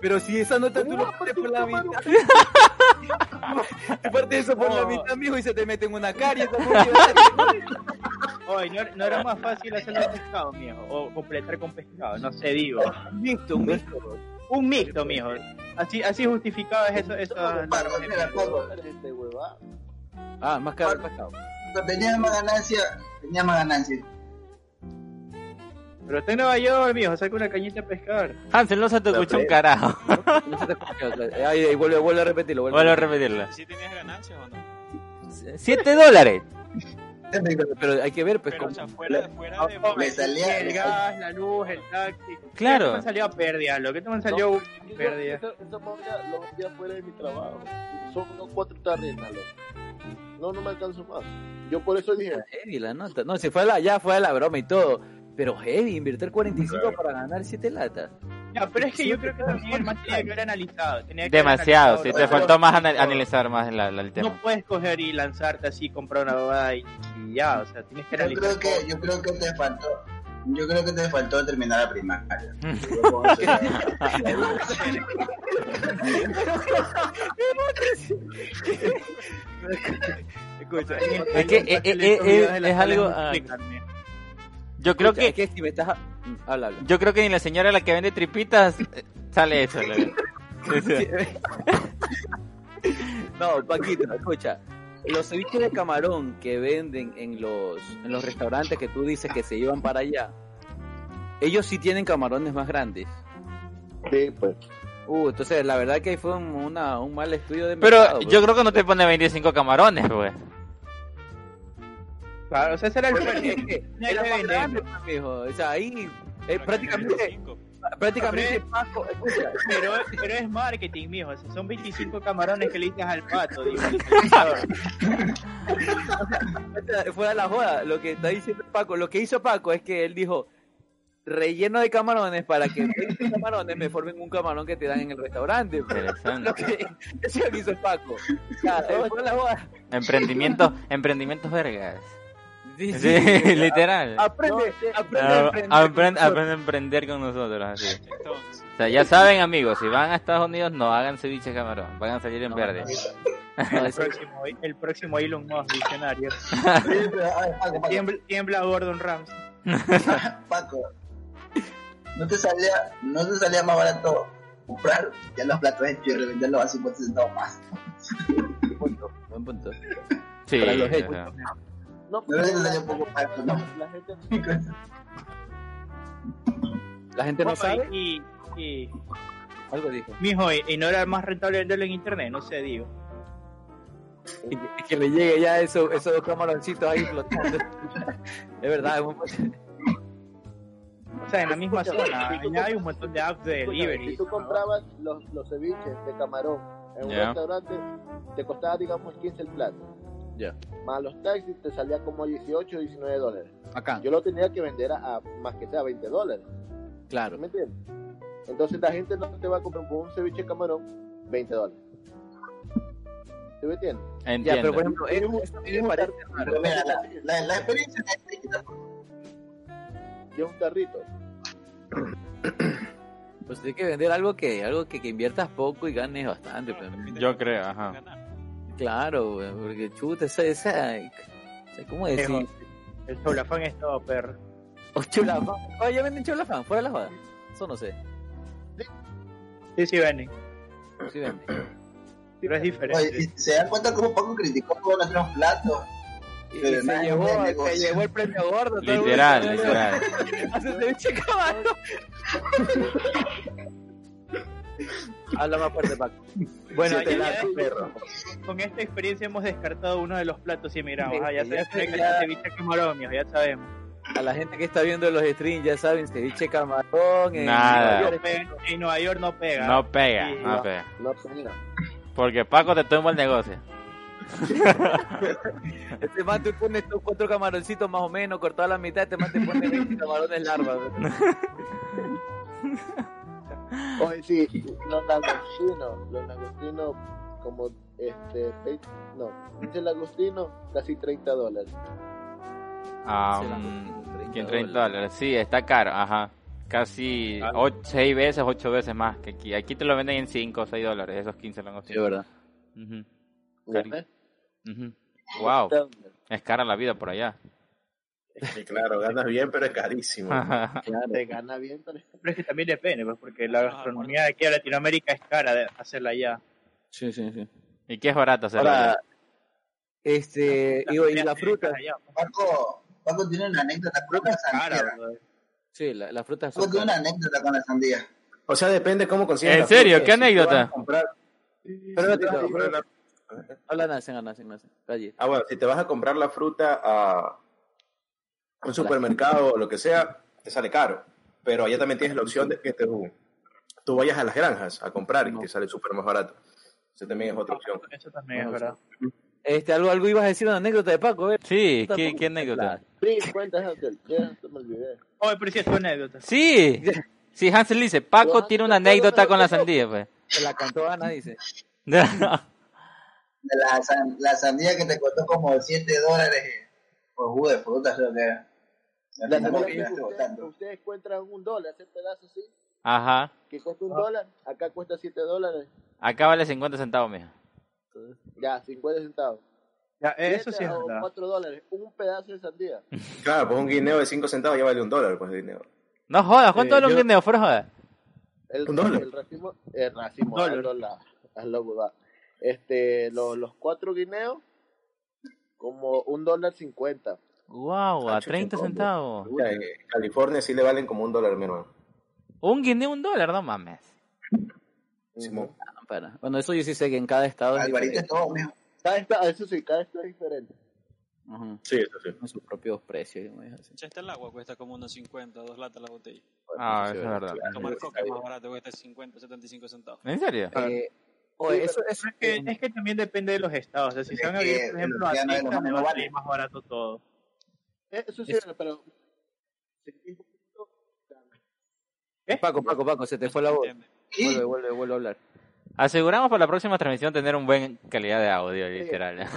Pero si esa nota tú lo partes por la mitad. Tú partes eso por la No. mitad, mijo, y se te mete en una carie. Hoy no, no era más fácil hacerlo con pescado, mijo. O completar con pescado, no sé, digo. Un mixto, un mixto. Un mixto, mijo. Así, así justificaba eso. eso Con barba, mira, todo. este huevada. Ah, más caro, más caro. Cuando Tenías más ganancia, tenías más ganancia. Pero está en Nueva York, mijo. Saca una cañita a pescar. Hansel, no se te La escuchó un plena. carajo. No se te escucha, o sea, Ahí, ahí, vuelve, vuelve a repetirlo. Vuelve Vuelvo a repetirla. ¿Sí tenías ganancias o no? Siete dólares. Pero hay que ver, pues, Pero, o cómo- sea, fuera, fuera de... Me pues. salía- el gas, la luz, el taxi. Claro. ¿Qué te me salió a pérdida? Lo que te me salió Yo- a pérdida. Esa esa movida lo hacía fuera de mi trabajo. Son unos cuatro tarrinas, loco. No, no me alcanzo más. Yo por eso dije, heavy la nota. No, si fue la, ya fue la broma y todo. Pero heavy, invertir 45 para ganar 7 latas. Ya, pero es que yo creo que también el man tenía que haber analizado. tenía que haber Demasiado, analizado sí, lo te otro. faltó más ana- analizar más la, la- el tema. No puedes coger y lanzarte así, comprar una bobada y, y ya, o sea, tienes que Yo analizar. creo que, yo creo que te faltó. Yo creo que te faltó terminar la primaria. Escucha, Es que, eh, eh, eh, eh, es algo, ah, Yo creo Escucha, que, es que si me estás. a- Mm, Habla, habla. yo creo que ni la señora la que vende tripitas eh, sale eso. la verdad. Sí, sí. No, Paquito, escucha. Los ceviches de camarón que venden en los, en los restaurantes que tú dices que se llevan para allá, ellos sí tienen camarones más grandes. sí, pues. Uh, entonces la verdad que ahí fue un, una- un mal estudio de Pero mercado, yo bro. creo que no te pone 25 camarones, pues. Claro, o sea, ese era el Porque es fuerte. que Nadie era te más vende. grande, pues, mijo. O sea, ahí eh, prácticamente, prácticamente Paco, escucha, Pero, pero es marketing, mijo. o sea, son 25 camarones que le dices al pato, digo. Fue a la joda, lo que está diciendo Paco, lo que hizo Paco es que él dijo relleno de camarones para que 20 camarones me formen un camarón que te dan en el restaurante. pues. Lo Interesante. que, eso es lo que hizo Paco. O sea, él fue a la joda. Emprendimientos, emprendimientos vergas. Sí, sí, Sí, sí. Ah, literal. Aprende, aprende a Ah, emprender con Aprende, nosotros. aprende a emprender con nosotros, así. O sea, ya saben, amigos, si van a Estados Unidos, no hagan ceviche de camarón, van a salir en No, verde. no, El eso- próximo, el próximo Elon Musk, diccionario. Sí, pero, ay, Paco, Paco, Tiembla, tiembla Gordon Ramsay. Paco, ¿no te salía, no te salía más barato comprar ya los platos hechos y revenderlos a 50 centavos más? Buen punto, buen punto. Sí, Para los o sea, hechos. No, pues, No le la- salió un poco alto, ¿no? La gente La gente no sabe, Y, y, algo dijo. mijo, y, y no era más rentable venderlo en internet, no sé, digo. Y que, y que le llegue ya eso, esos dos camaroncitos ahí flotando. es verdad, es buen punto. O sea, en la misma Escúchame, zona, si tú ya hay comp- un montón de apps de Escúchame, Si delivery. tú comprabas los, los ceviches de camarón Ya. en un restaurante, te costaba, digamos, 15 el plato. Ya. Más los taxis te salía como 18 o 19 dólares. Acá, Yo lo tenía que vender a, a más que sea 20 dólares. claro. ¿Me entiendes? Entonces la gente no te va a comprar por un ceviche de camarón 20 dólares. ¿Sí me entiendes? Ya, pero por Entiendo. ejemplo, eso, eso a mí me parece raro. Pero mira, la, la, la experiencia es distinta. Y es un tarrito. Pues hay que vender algo que algo que, que inviertas poco y ganes bastante. pues. Yo creo, ajá. Claro, güey, porque chuta, esa, esa, o sea, ¿cómo Es decir? El Cholafán es todo perro. O cholafán. Oye, ya venden cholafán, fuera de la joda. Eso no sé. Sí, sí, venden. Sí venden. Pero es Oye, diferente. ¿y ¿se dan cuenta cómo Paco criticó todos nuestros platos? Y, Pero y se, nada, llevó, de se negocio. llevó el premio gordo. todo el mundo Literal, se- literal. Hace ceviche de caballo. Habla más fuerte, Paco. Bueno, Siete ya- latas, perro. Con esta experiencia hemos descartado uno de los platos y miramos. Sí, Ah, ya sí, sabemos ya- que hay ya- ceviche con maromios, ya sabemos. A la gente que está viendo los streams, ya saben, ceviche camarón. eh, en- Nada. No pega, en Nueva York no pega. No pega, Sí, no pega. No, mira. Porque Paco te toma el negocio. Este man te pone estos cuatro camaroncitos más o menos, cortado a la mitad, este man te pone 20 camarones larvas. Oye, sí, los langostinos, los langostinos como este, pe- no, ese langostino casi 30 dólares. Ah, Se la- mm, 30 ¿quién 30 dólares. dólares? Sí, está caro, ajá. Casi Claro. 6 veces, 8 veces más que aquí. Aquí te lo venden en 5 o 6 dólares, esos 15 langostinos. verdad. Ujú, Cari- ¿Ves? ujú. Wow, es cara la vida por allá. Y claro, ganas bien, pero es carísimo. Claro. Te gana bien, pero Pero es que también depende, pues, porque la gastronomía de aquí en Latinoamérica es cara de hacerla allá. Sí, sí, sí. ¿Y qué es barato hacerlo Ahora, allá? este, y, y la fruta. Allá, Paco, Paco tiene una anécdota con la cara, sandía. brother. Sí, la- las frutas Paco son tiene una caras. anécdota con la sandía. O sea, depende cómo consigas. ¿En la serio? fruta. Si ¿Qué tú vas a anécdota? comprar- Pero no te vas a comprar la- Habla, nacen, nacen, nacen. Calle. Ah, bueno, si te vas a comprar la fruta a un supermercado o lo que sea, te sale caro. Pero allá también tienes la opción de que te- tú vayas a las granjas a comprar y te sale súper más barato. Eso también es otra opción. Eso también es Bueno, verdad. Este, algo, algo ibas a decir una anécdota de Paco, eh, a ver. Sí, ¿qué, qué anécdota? Sí, cuenta, Hansel, ya se me olvidé. Oye, pero sí es tu anécdota. Sí, sí, Hansel dice, Paco tiene una anécdota con la sandía, pues. Se la cantó Ana, dice. De La, san- la sandía que te costó como 7 dólares eh, por jugo de frutas, creo que era. La La sandía verdad que es que quedaste ustedes, botando. ustedes encuentran un dólar, ese pedazo sí, Ajá, que cuesta un dólar, acá cuesta 7 dólares, acá vale 50 centavos, mija. ya, 50 centavos. Ya, eso sí es Siete o verdad. 4 dólares, un pedazo de sandía. Claro, pues un guineo de 5 centavos ya vale un dólar, pues dinero. No jodas, ¿cuánto Eh, vale un yo- guineo? Fuera joda. El, Un dólar. el racimo, el racimo, Dólar. hazlo la- hazlo huevada. Este, lo- los cuatro guineos, como un dólar cincuenta. Guau, a Ah, chucha, 30 ¿cómo? centavos. O sea, en California sí le valen como un dólar, mi hermano. Un guineo, un dólar, no mames. Simón. Ah, Para. Bueno, eso yo sí sé que en cada estado. es Alvarito es diferente. todo, mijo. Cada esta- eso sí, cada esto es diferente. Ujú. Sí, eso sí. Con sus propios prprecios. digamos, es así. Ya está el agua, cuesta como unos 50, dos latas la botella. Ah, Sí, eso es ¿verdad? verdad. Tomar coca es más barato, cuesta 50, 75 centavos. ¿En serio? Eh, oye, eso, eso eh, Pero es, que, es que también depende de los estados. O sea, si Es se van a que abrir, el por ejemplo, a océano de los Texas, le va a mares salir más barato todo. Eh, Eso sí, pero... ¿eh? Paco, Paco, Paco, se te fue la voz. Entiende. Vuelve, vuelve, vuelve a hablar. Aseguramos para la próxima transmisión tener un buen calidad de audio, literal. Ya,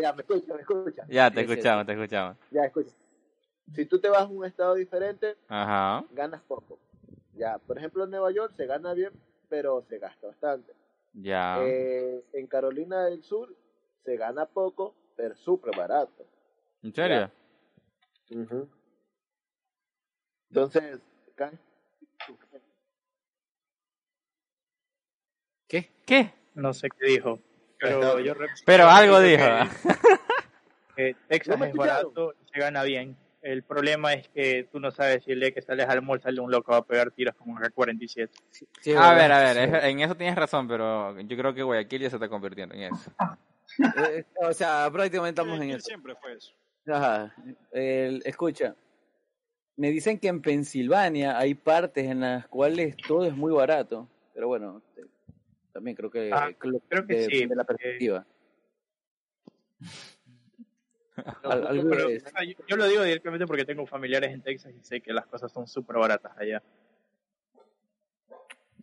ya, me escucha, me escucha. ya, te Sí, sí, escuchamos, te escuchamos. Ya, escucha. Si tú te vas a un estado diferente, Ajá. ganas poco. Ya, por ejemplo, en Nueva York se gana bien, pero se gasta bastante. Ya. Eh, en Carolina del Sur se gana poco, pero súper barato. ¿En serio? Entonces, ca- ¿Qué? ¿Qué? No sé qué dijo. Pero yo recuerdo Pero algo que- dijo. que Texas ¿No me es escucharon? barato y se gana bien. El problema es que tú no sabes si el día que sales al mall sale un loco va a pegar tiros como un 47. Sí, A ¿verdad? ver, a ver, Sí. es- en eso tienes razón, pero yo creo que Guayaquil ya se está convirtiendo en eso. Eh, o sea, prácticamente estamos en Guayaquil eso. Siempre fue eso. Ajá. El- escucha, me dicen que en Pensilvania hay partes en las cuales todo es muy barato, pero bueno, te- también creo que, Ah, lo- creo que de- sí, de la porque- perspectiva. Al- no, algo Pero, de- o sea, yo, yo lo digo directamente porque tengo familiares en Texas y sé que las cosas son súper baratas allá.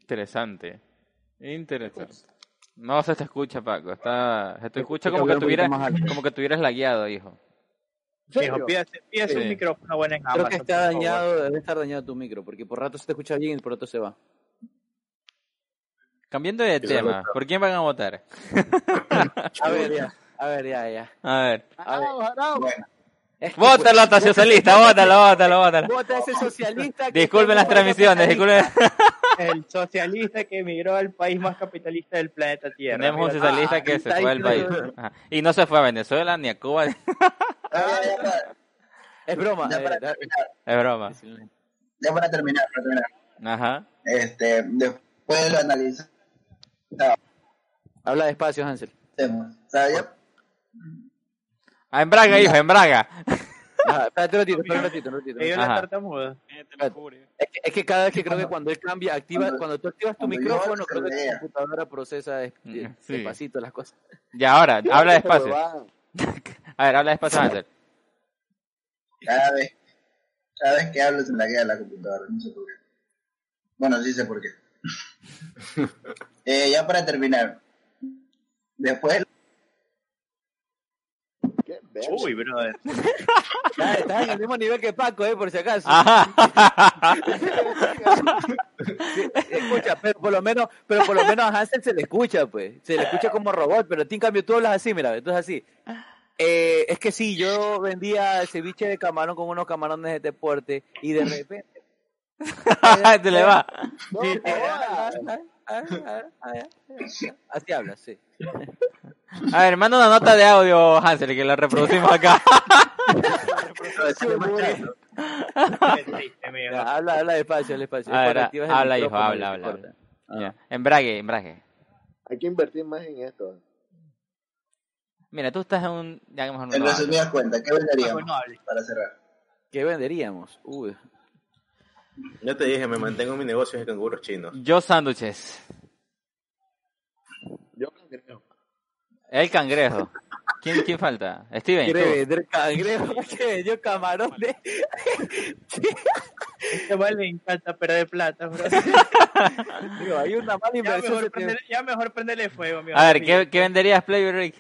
Interesante. Interesante. No se te escucha, Paco. Está, se te escucha Hay que como que, hablar un poquito tuvieras, más alto. como que tuvieras lagueado, hijo. Mijo, pídase, pídase Sí. un micrófono bueno en Creo Amazon. que por está favor. dañado, debe estar dañado tu micro, porque por rato se te escucha bien y por rato se va. Cambiando de Quizá tema, lo- ¿por quién van a votar? A ver, ya, a ver, ya, ya. A ver. A ver. Bueno, Es que, Vótalo, hasta socialista, vótalo, vótalo, pues, vótalo. Vota ese socialista. que Disculpen está las en contra transmisiones, disculpen. El socialista que emigró al país más capitalista del planeta Tierra. Tenemos un Mira, socialista ah, que se está fue ahí, del país. creo yo. Ajá. Y no se fue a Venezuela ni a Cuba, es ya, ya para, Es broma. ya eh, para da- terminar, broma. ya para terminar, para terminar. Ajá. Este, después lo analizamos. Habla despacio, Hansel. ¿Sabes? Ah, en Braga, hijo, en Braga. Ajá, espérate un ratito, espérate un ratito, un ratito. Me dio la Ajá. tartamuda. Métete la furia. Es que, es que cada vez que creo que cuando él cambia, activa, cuando tú activas tu cuando yo micrófono, se creo que tu lea. computadora procesa des- Mm, de- sí. despacito las cosas. Ya ahora, habla Esa despacio. huevada. A ver, habla despacio, Hansel. Cada vez, cada vez que hablo se me la queda la computadora, no sé por qué. Bueno, sí sé por qué. Eh, ya para terminar, después Qué verga. Uy, brother. Ya, estás en el mismo nivel que Paco, eh, por si acaso. Ah, Ajá. Escucha, pero por lo menos, pero por lo menos a Hansel se le escucha, pues. Se le escucha como robot, pero a ti en cambio tú hablas así, mira, tú es así. Eh, es que sí, yo vendía ceviche de camarón con unos camarones de deporte y de repente. Te le va. No, Sí, sí, ah, jodas. ah, ah, ah, ah, ah. Así hablas, sí. A ver, manda una nota de audio, Hansel, que la reproducimos acá. Qué triste, mijo. Ya, habla, habla despacio, habla despacio. A ver, Es cuando a- activas el habla, hijo, micrófono habla, que habla, se corta. Ya. Embrague, embrague. Hay que invertir más en esto. Mira, tú estás en un... Ya que mejor no En lo hablo. resumidas cuentas, ¿qué venderíamos para cerrar? ¿Qué venderíamos? Uy. Ya te dije, me mantengo en mi negocio de canguros chinos. Yo sándwiches. Yo creo. El cangrejo. ¿Quién, quién falta? Steven. Quiere tú. vender cangrejo, que vendió camarones. Este mal me encanta perder plata, bro. Digo, hay una mala Ya inversión. mejor, se te- prendele, ya mejor prendele fuego, mijo. A ver, Sí. ¿qué, qué venderías, Play Rick?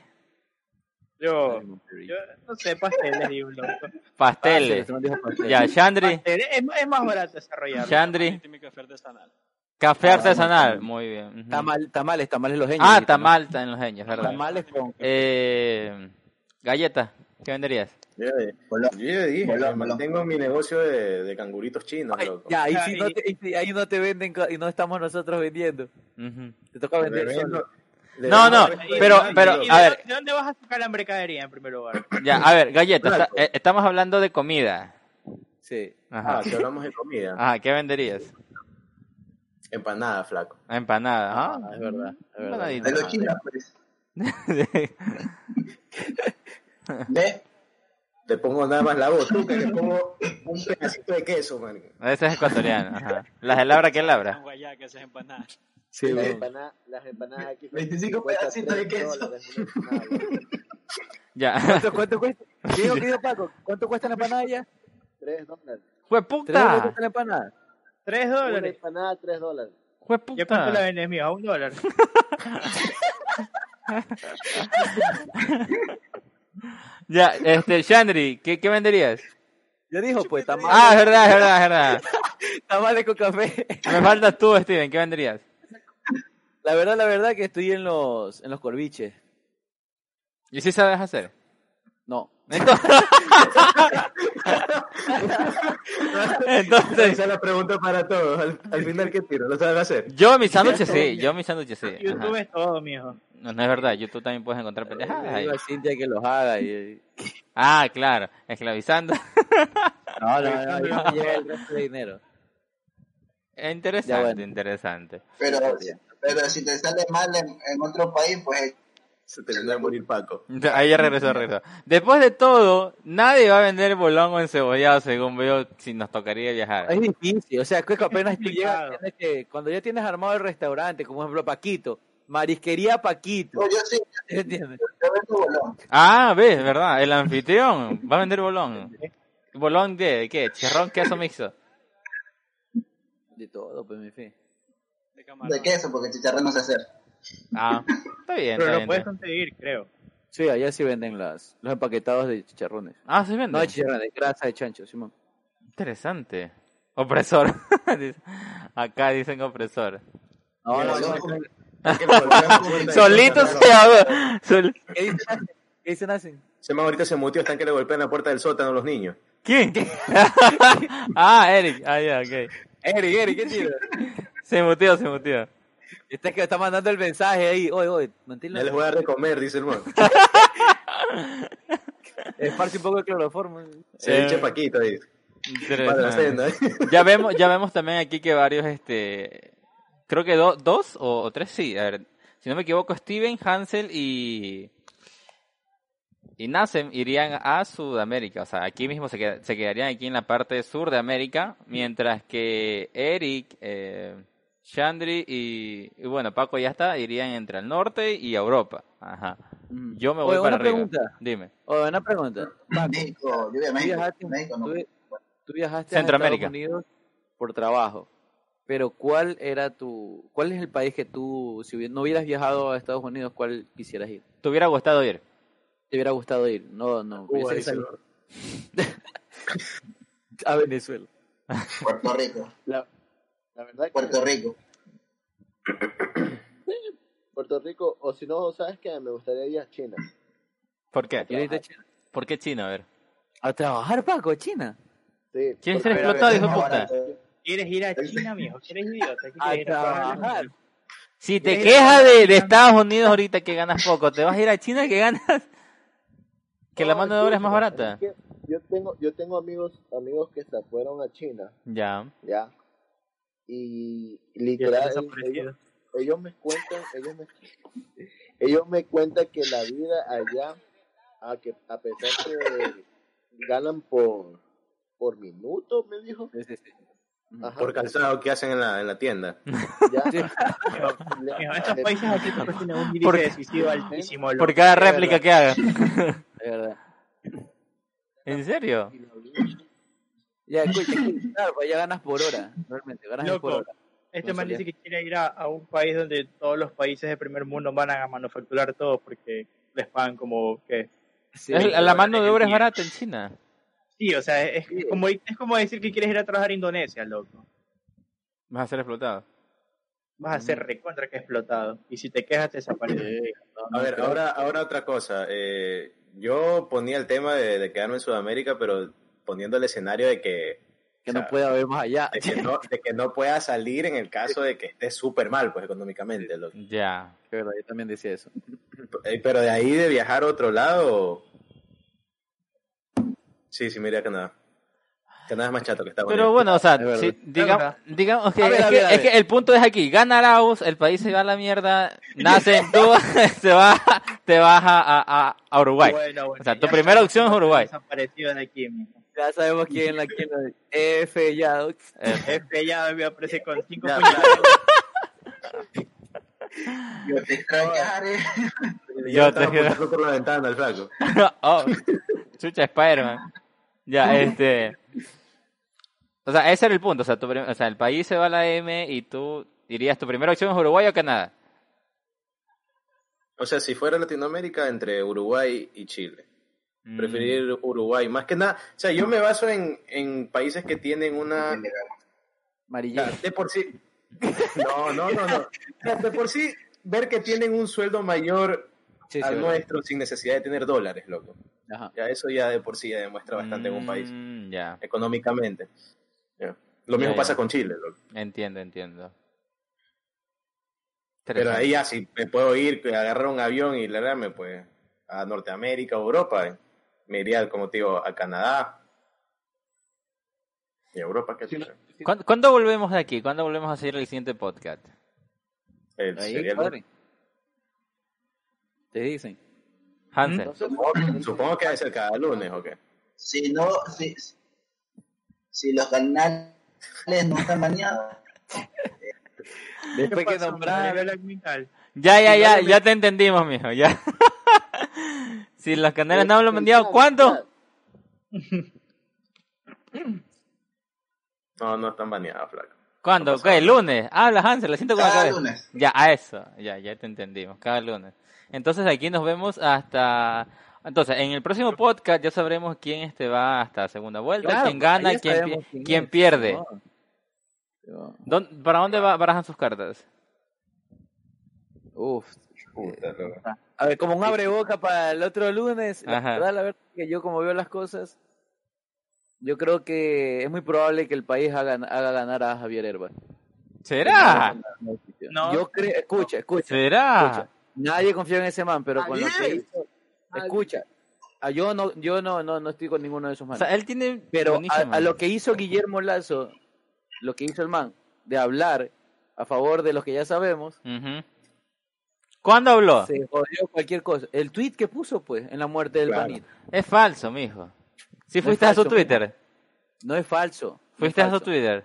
Yo, yo no sé, pasteles, digo, loco. Pasteles. Ah, sí, dijo pastel. Ya, Chandri. Pasteles, es, más- es más barato desarrollar. Chandri. Tiene que hacer de sanar. Café artesanal. Muy bien. ujú. Tamal, tamales, tamales los genios. Ah, dijiste, ¿no? tamal ta- en los genios, ¿verdad? Tamales con. Eh, galleta. ¿Qué venderías? Yo ya dije, Voló. yo ya dije, Voló, me voló. mantengo en mi negocio de, de canguritos chinos, Ay, loco. ya, ahí sí Ah, no y- te, y sí, ahí no te venden co- y no estamos nosotros vendiendo. Ujú. Te toca Le vender vendo- solo. le No, vendo no, al resto de pero- nadie, pero, loco. ¿Y a de- ver. ¿De dónde vas a sacar la mercadería en primer lugar? Ya, a ver, galleta. está- Blanco. eh, estamos hablando de comida. Sí. Ajá. Ah, si hablamos de comida, Ajá, ¿qué venderías? empanada, flaco. Empanada. Ah, ajá. es verdad. Es verdad. Empanadita. De los chinos, pues. ¿Ves? Te pongo nada más la botuca, le pongo un pedacito de queso, man. Ese es ecuatoriano. Ajá. Las de labra que labra. Guayá, que esas empanadas. Sí, las, bueno. empanadas, las empanadas aquí. 25 pedacitos de queso. Ya. ¿Cuánto, cuánto cuesta? ¿Qué dijo, qué dijo Paco? ¿Cuánto cuesta la empanada ya? 3 dólares. ¡Jue ¿Tres dólares puta! cuesta la empanada? Tres Una dólares. empanada, 3 dólares. ¡Jue ¿Ya cuánto la puta! vendes, mijo? A un dólar. Ya, este, Chandri, ¿qué, qué venderías? Ya dijo, pues, tamales, Ah, es verdad, es verdad, es verdad. tamales con café. Me faltas tú, Steven, ¿qué venderías? La verdad, la verdad que estoy en los, en los corviches. ¿Y si sabes hacer? No. Entonces, Esa es la pregunta para todos. Al, al final, ¿qué tiro? ¿Lo sabes hacer? yo mis sándwiches sí, yo mis sándwiches sí. ajá. YouTube es todo, mijo. No, no es verdad, YouTube también puedes encontrar pendejadas Le ahí. digo a Cintia que los haga y... Ah, claro, esclavizando. No, no, no, yo me llevo el resto de dinero. Interesante, bueno. interesante. Pero, pero si te sale mal en, en otro país, pues Se te va a morir Paco. Ahí ya regresó, regresó. Después de todo, nadie va a vender bolón o encebollado, según veo, si nos tocaría viajar. Es difícil, o sea, es que apenas tú llegas, complicado. tienes que, cuando ya tienes armado el restaurante, como por ejemplo Paquito, Marisquería Paquito, no, yo sí, Oh. ¿entiendes? yo vendo bolón. Ah, ves, ¿verdad? El anfitrión va a vender bolón. ¿Bolón de qué? ¿Chirrón, queso mixto? De todo, pues, mi fin. De De camarón. queso, porque chicharrón no sé hacer. Ah, está bien, Pero está lo bien. puedes está bien. conseguir, creo. Sí, allá sí venden las, los empaquetados de chicharrones. Ah, sí vende. No de chicharrones, de grasa de chancho, Simón. Interesante. Opresor. Dice- Acá dicen opresor. No, no, no. Solito se habla. Sol- ¿Qué dicen? hacen? ¿Qué dicen? hacen? Se me ahorita se mutió, están que le golpean la puerta del sótano a los niños. ¿Quién? ah, Eric. Ah, ya, ok. Eri, Eri, ¿qué tira? Se muteó, se muteó. Este que está mandando el mensaje ahí. Oye, oye, manténlo. Ya les voy a dar de comer, dice el man. Esparce un poco de cloroformo. Se Eh. dice Paquito ahí. Para la Interesante. cena. Ya vemos, ya vemos también aquí que varios, este, creo que do- dos o, o tres, sí. A ver, si no me equivoco, Steven, Hansel y y Nasem irían a Sudamérica. O sea, aquí mismo se, queda- se quedarían aquí en la parte sur de América, mientras que Eric, eh, Chandri y, y bueno, Paco ya está, irían entre el norte y Europa. Ajá. Mm. Yo me voy Oye, para una arriba. pregunta. Dime. Oye, una pregunta. México, yo voy a Tú México. viajaste, México no. tú vi- tú viajaste Centroamérica. a Estados Unidos por trabajo. Pero ¿cuál era tu cuál es el país que tú si hubi- no hubieras viajado a Estados Unidos, cuál quisieras ir? ¿Te hubiera gustado ir? ¿Te hubiera gustado ir? No, no, Cuba, hubiese dice el salido man. a Venezuela. Puerto Rico. La, la verdad que Puerto Rico. Puerto Rico, o si no, ¿sabes qué? Me gustaría ir a China. ¿Por qué? ¿Quieres irte a China? ¿Por qué China? A ver. A trabajar, Paco, a China. Sí, ¿Quieres porque- ser explotado, Es hijo de más puta? barato. ¿Quieres ir a China, mijo? ¿Quieres idiota? ¿Qué A quieres ir a trabajar? trabajar. Si te Mira, quejas yo- de, de Estados Unidos ahorita que ganas poco, te vas a ir a China que ganas. Que la No, mano de obra es incluso, más barata. que Yo tengo, yo tengo amigos, amigos que se fueron a China, Ya. ya. Y Y estás literal, desaparecido. ellos, ellos me cuentan, ellos me, ellos me cuentan que la vida allá, a que a pesar que ganan por por minuto, me dijo. Sí, sí, sí. Ajá, Por calzado que hacen en la, en la tienda. ya. Sí. Le- Mijo, estos le- países asiáticos tienen un Por- índice de suicidio altísimo. Por loco. cada De réplica verdad. que hagas. De verdad. ¿En serio? Ya, escucha, escucha, claro, pues ya ganas por hora, realmente, ganas Loco. por hora. Este man Mensualidad. dice que quiere ir a, a un país donde todos los países de primer mundo van a manufacturar todo porque les pagan como que... Sí, Es- la dólares mano de al obra es día. barata en China. Sí, o sea, es, es como, es como decir que quieres ir a trabajar a Indonesia, loco. Vas a ser explotado. Vas a ser recontra que explotado. Y si te quejas, te desapareces. A ver, ahora, ahora otra cosa. eh, yo ponía el tema de, de quedarme en Sudamérica, pero poniendo el escenario de que, que o no sea, puede haber más allá. de que, no, de que no pueda salir en el caso de que esté súper mal, pues económicamente. loco. Ya. De verdad, yo también decía eso. Eh, Pero de ahí de viajar a otro lado. Sí, sí, mira Canadá. Canadá es más chato que está Pero bueno, o sea, Es verdad. si- diga- verdad. digamos que, A ver, es, a que ver, a es que el punto es aquí, gana Arauz, el país se va a la mierda, nace en tú, se va, te vas a, a- a- a Uruguay. Bueno, bueno, O sea, tu ya primera sabemos opción es que Uruguay. Desaparecido de aquí, mijo. Ya sabemos quién la quién la F ya. Eh, Este ya me aparece con cinco Ya, puñaladas. Yo te extrañaré. Yo yo te te- por la ventana el flaco. Oh, chucha, Spider-Man. Ya, este. O sea, ese era el punto. O sea, tu prim- o sea, el país se va a la M y tú dirías: ¿tu primera opción es Uruguay o Canadá? O sea, si fuera Latinoamérica, entre Uruguay y Chile. Preferir Uruguay. Más que nada, o sea, yo me baso en, en países que tienen una... Amarilla. ya, De por sí... No, no, no, no. O sea, De por sí, ver que tienen un sueldo mayor Sí, sí, al verdad. nuestro sin necesidad de tener dólares, loco. Ajá. Ya, eso ya de por sí ya demuestra bastante en un país, Mm, Ya, económicamente. Ya. Lo mismo Ya, ya. pasa con Chile, loco. entiendo, entiendo. Pero Interesante. ahí ya, si me puedo ir, que agarrar un avión y largarme, pues, a Norteamérica o Europa, eh, me iría, como te digo, a Canadá. Y a Europa, ¿qué si no- si- ¿Cuán- ¿Cuándo volvemos de aquí? ¿Cuándo volvemos a hacer el siguiente podcast? El, Ahí, sería el- padre. Te dicen. Hansel. nosotros- Supongo que debe ser cada lunes, ¿o qué? Si no, si, si los canales no están bañados, Después que nombrar. Ya, ya, ya, ya te entendimos, mijo. Ya. si los Eh, canales no hablan mundial, ¿cuánto? No, no están baneados, flaco. ¿Cuándo? ¿Qué? ¿El lunes? Habla Hansel, la Ah, siento con la Cada cabeza. lunes. Ya, a eso. Ya, ya te entendimos. Cada lunes. Entonces aquí nos vemos hasta... Entonces, en el próximo podcast ya sabremos quién este va hasta segunda vuelta, Claro, quién gana, ahí quién, sabemos pi- quién quién es. pierde. Ah. Simón. ¿Dón- ¿Para dónde va, barajan sus cartas? Uf. Puta, loco. A ver, como un abre boca para el otro lunes, la Ajá. verdad, la verdad que yo como veo las cosas, yo creo que es muy probable que el país haga, haga ganar a Javier Herba. ¿Será? No. Yo creo, escucha, escucha, ¿Será? escucha. Nadie confía en ese man, pero con lo que Javier. hizo, escucha. a- yo no, yo no, no, no estoy con ninguno de esos O manes. sea, él tiene... Pero a, buenísima. a lo que hizo Guillermo Lazo, lo que hizo el man, de hablar a favor de los que ya sabemos, Ujú. ¿Cuándo habló? se jodió cualquier cosa. El tweet que puso, pues, en la muerte del panito. Es falso, mijo. Si No es fuiste a su falso, mijo. Twitter. No es falso. no Fuiste es a su falso. Twitter.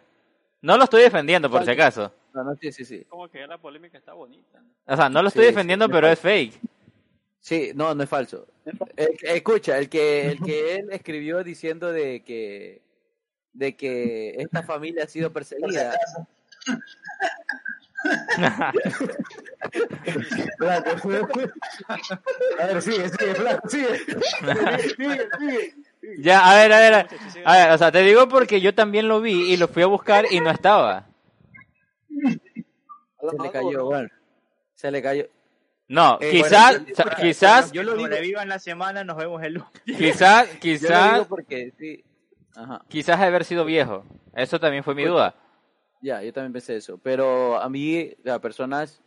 No lo estoy defendiendo, por si Falso. acaso. No, no, sí, sí, sí. Como que ya la polémica está bonita. ¿no? O sea, no lo estoy Sí, sí, defendiendo, me pero es parece. fake. Sí, no, no es falso. El- escucha, el que, el que él escribió diciendo de que, de que esta familia ha sido perseguida. Flaco. A ver, sigue, sigue, flaco, sigue. Sigue, sigue. Ya, a ver, a ver, a ver. Muchachos, sigan. A ver, o sea, te digo porque yo también lo vi y lo fui a buscar y no estaba. Se le cayó, bueno. Se le cayó. No, Eh, quizás, bueno, sa- quizás, Yo lo digo. Revivan la semana, nos vemos el lunes. quizás, Yo lo digo quizás, porque sí. Ajá. quizás haber sido viejo. Eso también fue mi duda. Ya, yo también pensé eso. Pero a mí, las personas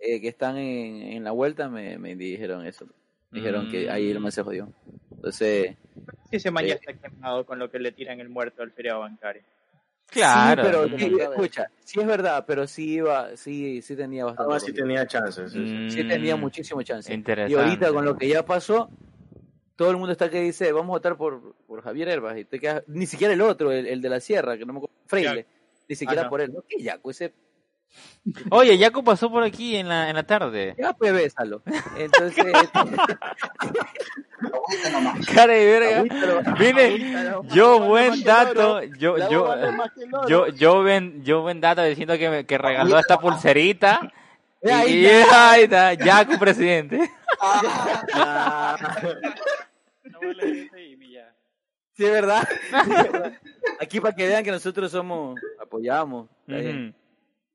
eh, que están en, en la vuelta me, me dijeron eso. Dijeron que ahí el man se jodió. Entonces, Sí, ese man ya Sí. está quemado con lo que le tiran el muerto al feriado bancario. Claro. Sí, pero Ujú. sí, escucha, sí es verdad, pero sí iba, sí, Ah, sí tenía bastante. Ahora sí cogido. tenía chances. sí, sí. Mm, Sí tenía muchísimo chance. interesante. Y ahorita con lo que ya pasó, todo el mundo está que dice, vamos a votar por, por Javier Herbas. Y te quedas, ni siquiera el otro, el, el de la Sierra, que no me acuerdo, Freire, ni siquiera Ajá. por él. No, que ya, pues ese, Oye, Jaco pasó por aquí en la, en la tarde. ya pues bésalo. Entonces, Agüita nomás. Cara de verga. agüítalo. Vine, yo buen más que dato, logro. yo, La yo, bomba no es más que el oro. yo, yo ven, yo buen dato diciendo que, me- que regaló esta pulserita. Y, Ahí y- ahí está, Jaco presidente. No huele a gente y mi ya. sí es verdad. Aquí para que vean que nosotros somos, apoyamos. está bien. Ujú.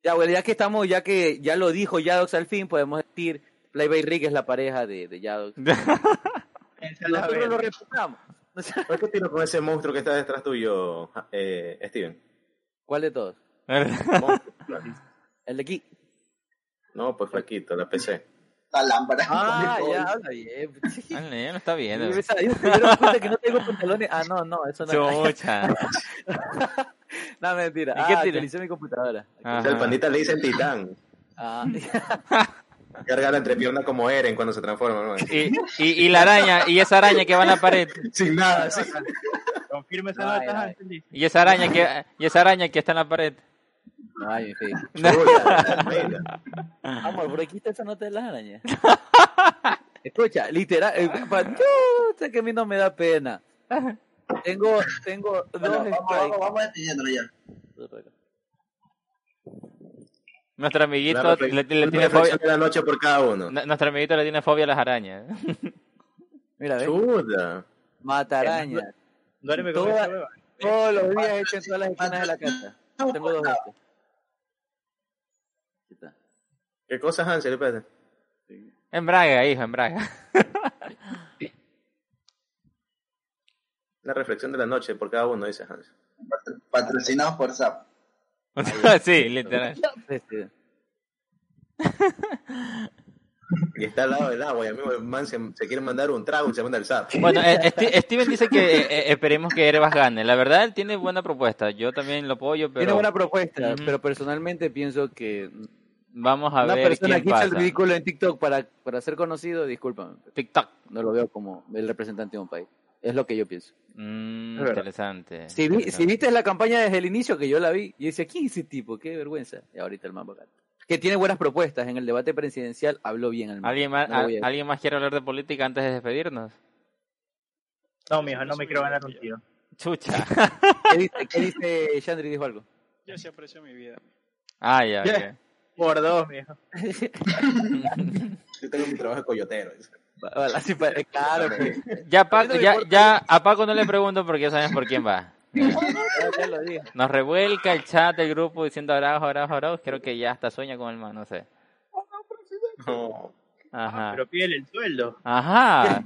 Ya, bueno, ya que estamos, ya que ya lo dijo Yadox al fin, podemos decir Playboy Rick es la pareja de, de Yadox. Piensa la Nosotros lo verga. respetamos. O sea, ¿Por qué tiro con ese monstruo que está detrás tuyo, ja- eh, Steven? ¿Cuál de todos? Monstruo, claro. El de aquí. No, pues flaquito, la PC. La lámpara. Ah, ya, habla bien. Dale, ya no está Y bien. me salió, me dieron cuenta que no tengo pantalones. Ah, no, no, eso no es. Chucha. No, mentira. ¿Y qué tira? Ah, Ah. actualicé mi computadora. O sea, el Ajá. pandita le dice el titán. Ah, Carga la entrepierna como Eren cuando se transforma, ¿no? Y, y, y la araña, y esa araña que va en la pared, Sin nada, sí. Confirme esa Ay, nota, ay. Hansel, dice. y esa araña que, y esa araña que está en la pared. ay, mi fe. Chuta, vaina. Ah, Amor, por aquí está esa nota de las arañas. Escucha, literal, eh, pa- yo sé que a mí no me da pena. Tengo, tengo dos Bueno, vamos, vamos, strikes. vamos despidiéndolo ya. Nuestro La amiguito reflex- le, le una tiene reflexión fobia, de la noche por cada uno. n- nuestro amiguito le tiene fobia a las arañas. Mira, ve. Chuta. Eh, Mataraña. Duerme con Toda- esa hueva. Todos los días hecho en todas las esquinas de la casa. Tengo dos de estos. Aquí está. ¿Qué cosas, Hansel? Espérate. En Braga, hijo, en Braga. La reflexión de la noche por cada uno, dice Hansel. Patro- Patrocinados por SAP. sí, literal. Este, Y está al lado del agua, y a mí el man se, se quiere mandar un trago y se manda el zap. Bueno, eh, Esti- Steven dice que eh, eh, esperemos que Erebas gane. La verdad, él tiene buena propuesta. Yo también lo apoyo, Tiene pero buena propuesta, Ujú. pero personalmente pienso que vamos a una ver persona quién que hizo el pasa. ridículo en TikTok para, para ser conocido, discúlpame, TikTok. no lo veo como el representante de un país. Es lo que yo pienso. Mm, Es verdad. interesante. Si, vi- si interesante. viste la campaña desde el inicio que yo la vi, y decía, ¿quién es ese tipo? Qué vergüenza. Y ahorita el man bacán. Que tiene buenas propuestas. En el debate presidencial habló bien el man. ¿Alguien, más, No lo voy a- ¿Alguien más quiere hablar de política antes de despedirnos? No, mijo, no me quiero ganar un tiro. Chucha. ¿Qué dice, qué dice Chandri? Dijo algo. Yo Yo sí aprecio mi vida. Ah, ya, Ya. ok. Por dos, mijo. Yo tengo mi trabajo de coyotero. dice. Bueno, así pa- eh, claro, pues, Ya, Paco, ya, ya a Paco no le pregunto porque ya sabemos por quién va. ya- ya lo dije. Nos revuelca el chat del grupo diciendo araujo, araujo, araujo. Creo que ya hasta sueña con el man, no sé. No. Ajá. Pero pídele el sueldo. Ajá.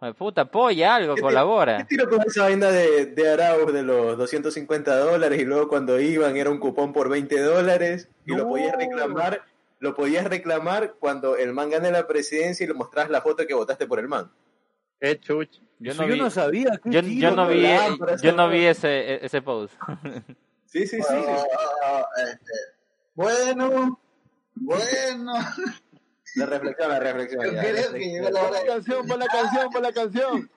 Joder, puta, apoya ¿Qué algo, te- ¿Qué colabora. tiro con esa vaina de, de Arauz de los 250 dólares y luego cuando iban era un cupón por 20 dólares y lo podías reclamar? Lo podías reclamar cuando el man gane la presidencia y le mostrabas la foto que votaste por el man. Qué chucho. Yo Eso no vi, sabía. qué yo, tiro, yo no vi, ¿verdad? yo no vi ese, e- ese post. Sí, sí, sí. Ah, ah, ah, este, Bueno, bueno. La reflexión, la reflexión. Yo ya, creo la que reflexión. llegó la hora Pon la de- canción, pon la canción, pon la canción.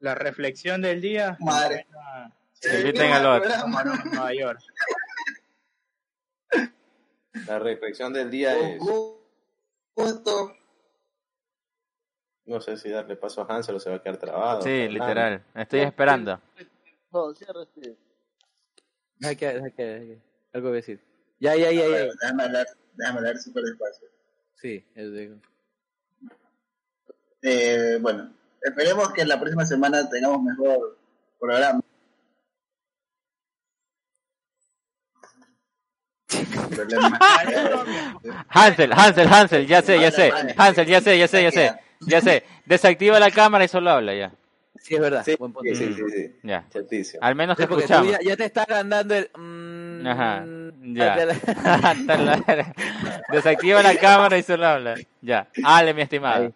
La reflexión del día. Madre. Ah, Que Se inviten termina al el otro. programa. Camarón, Nueva York. La reflexión del día es... Con gusto. No sé si darle paso a Hansel o se va a quedar trabado. Sí, Fernando. literal. Estoy esperando. No, cierra Steve. Deja que- deja que- deja que- Algo voy a decir. Ya, ya, ya, ya. Déjame hablar, déjame hablar súper despacio. Sí, eso digo. Eh, bueno, esperemos que la próxima semana tengamos mejor programa. Problema. Hansel, Hansel, Hansel, ya sé, ya sé. Hansel, ya sé, ya sé, ya sé. Ya sé. Desactiva la cámara y solo habla ya. Sí, es verdad. Sí, Buen punto. sí, sí, sí, sí. Ya. Chatísimo. Ah, Al menos te Sí, porque tú escuchamos. ya, ya te estás ganando el. mm, Ajá. hasta Ya. la- Hasta la verga. Desactiva la cámara y solo habla. Ya. Ale, mi estimado.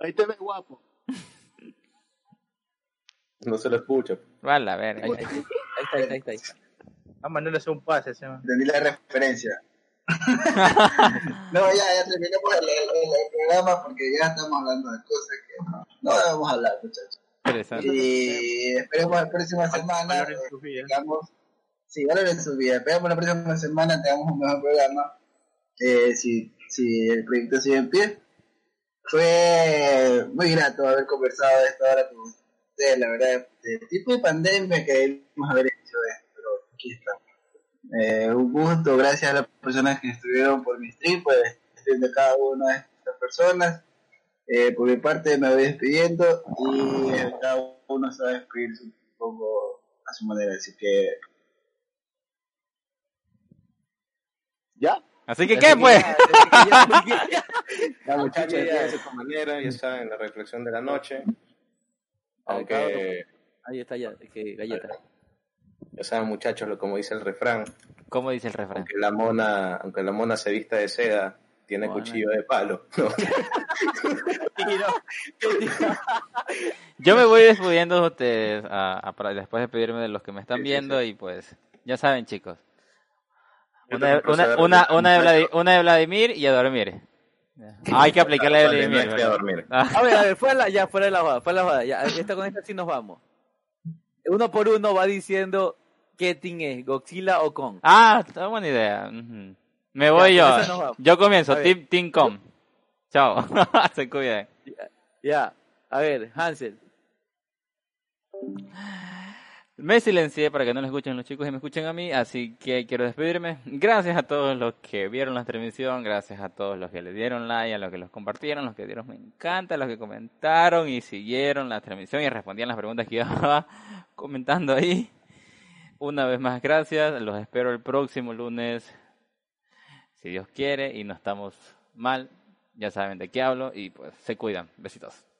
Ahí te ves guapo. No se lo escucha. Va a la verga. Ahí, ahí, ahí está, ahí está, ahí está. Vamos a mandarle hacer un pase. ese man. Entendí la referencia. no, ya, ya terminamos el, el- el programa porque ya estamos hablando de cosas que no, no debemos hablar, muchachos. Interesante. Y esperemos la próxima semana. Valoren eh, sus vidas. tengamos, sí, valoren su vida. Esperamos la próxima semana tengamos un mejor programa. Eh, si, si el proyecto sigue en pie. Fue muy grato haber conversado de esta hora con ustedes, la verdad. El tipo de pandemia que debimos haber hecho esto, pero aquí estamos. Eh, un gusto, gracias a las personas que estuvieron por mi stream, por el stream de cada una de estas personas. Eh, por mi parte me voy despidiendo y eh, cada uno se va a despedir supongo a su manera, así que ¿Ya? Así que, ¿qué, pues? Ya, muchachos, ya. ya de tu manera, ya saben, la reflexión de la noche. Aunque, Ahí está, ya. Que galleta. ya saben, muchachos, lo como dice el refrán, ¿Cómo dice el refrán? aunque la mona, aunque la mona se vista de seda, tiene Mona. cuchillo de palo. Yo me voy despidiendo de ustedes a- a- para después de pedirme de los que me están Sí, sí, viendo y pues ya saben chicos. Yo Una, también una, procederé una, con una de muchacho. Vladi- una de Vladimir y a dormir. Hay que aplicar la de Vale, no Vladimir. hay que ¿verdad? dormir. Ah, A ver, a ver, fuera la, ya, fuera de la jugada, fuera de la jugada. Ya, esta con esta sí nos vamos. Uno por uno va diciendo qué team es, Godzilla o Kong. ah, está buena idea. Ujú. Me voy con esa nos yo. vamos. Yo comienzo. A ver. Team, team Com. Chao. Se cuidan. Ya, a ver, Hansel. Me silencié para que no lo escuchen los chicos y me escuchen a mí, así que quiero despedirme. Gracias a todos los que vieron la transmisión, gracias a todos los que le dieron like, a los que los compartieron, los que dieron me encanta, los que comentaron y siguieron la transmisión y respondían las preguntas que yo estaba comentando ahí. Una vez más, gracias. Los espero el próximo lunes, si Dios quiere, y no estamos mal. Ya saben de qué hablo y pues se cuidan. Besitos.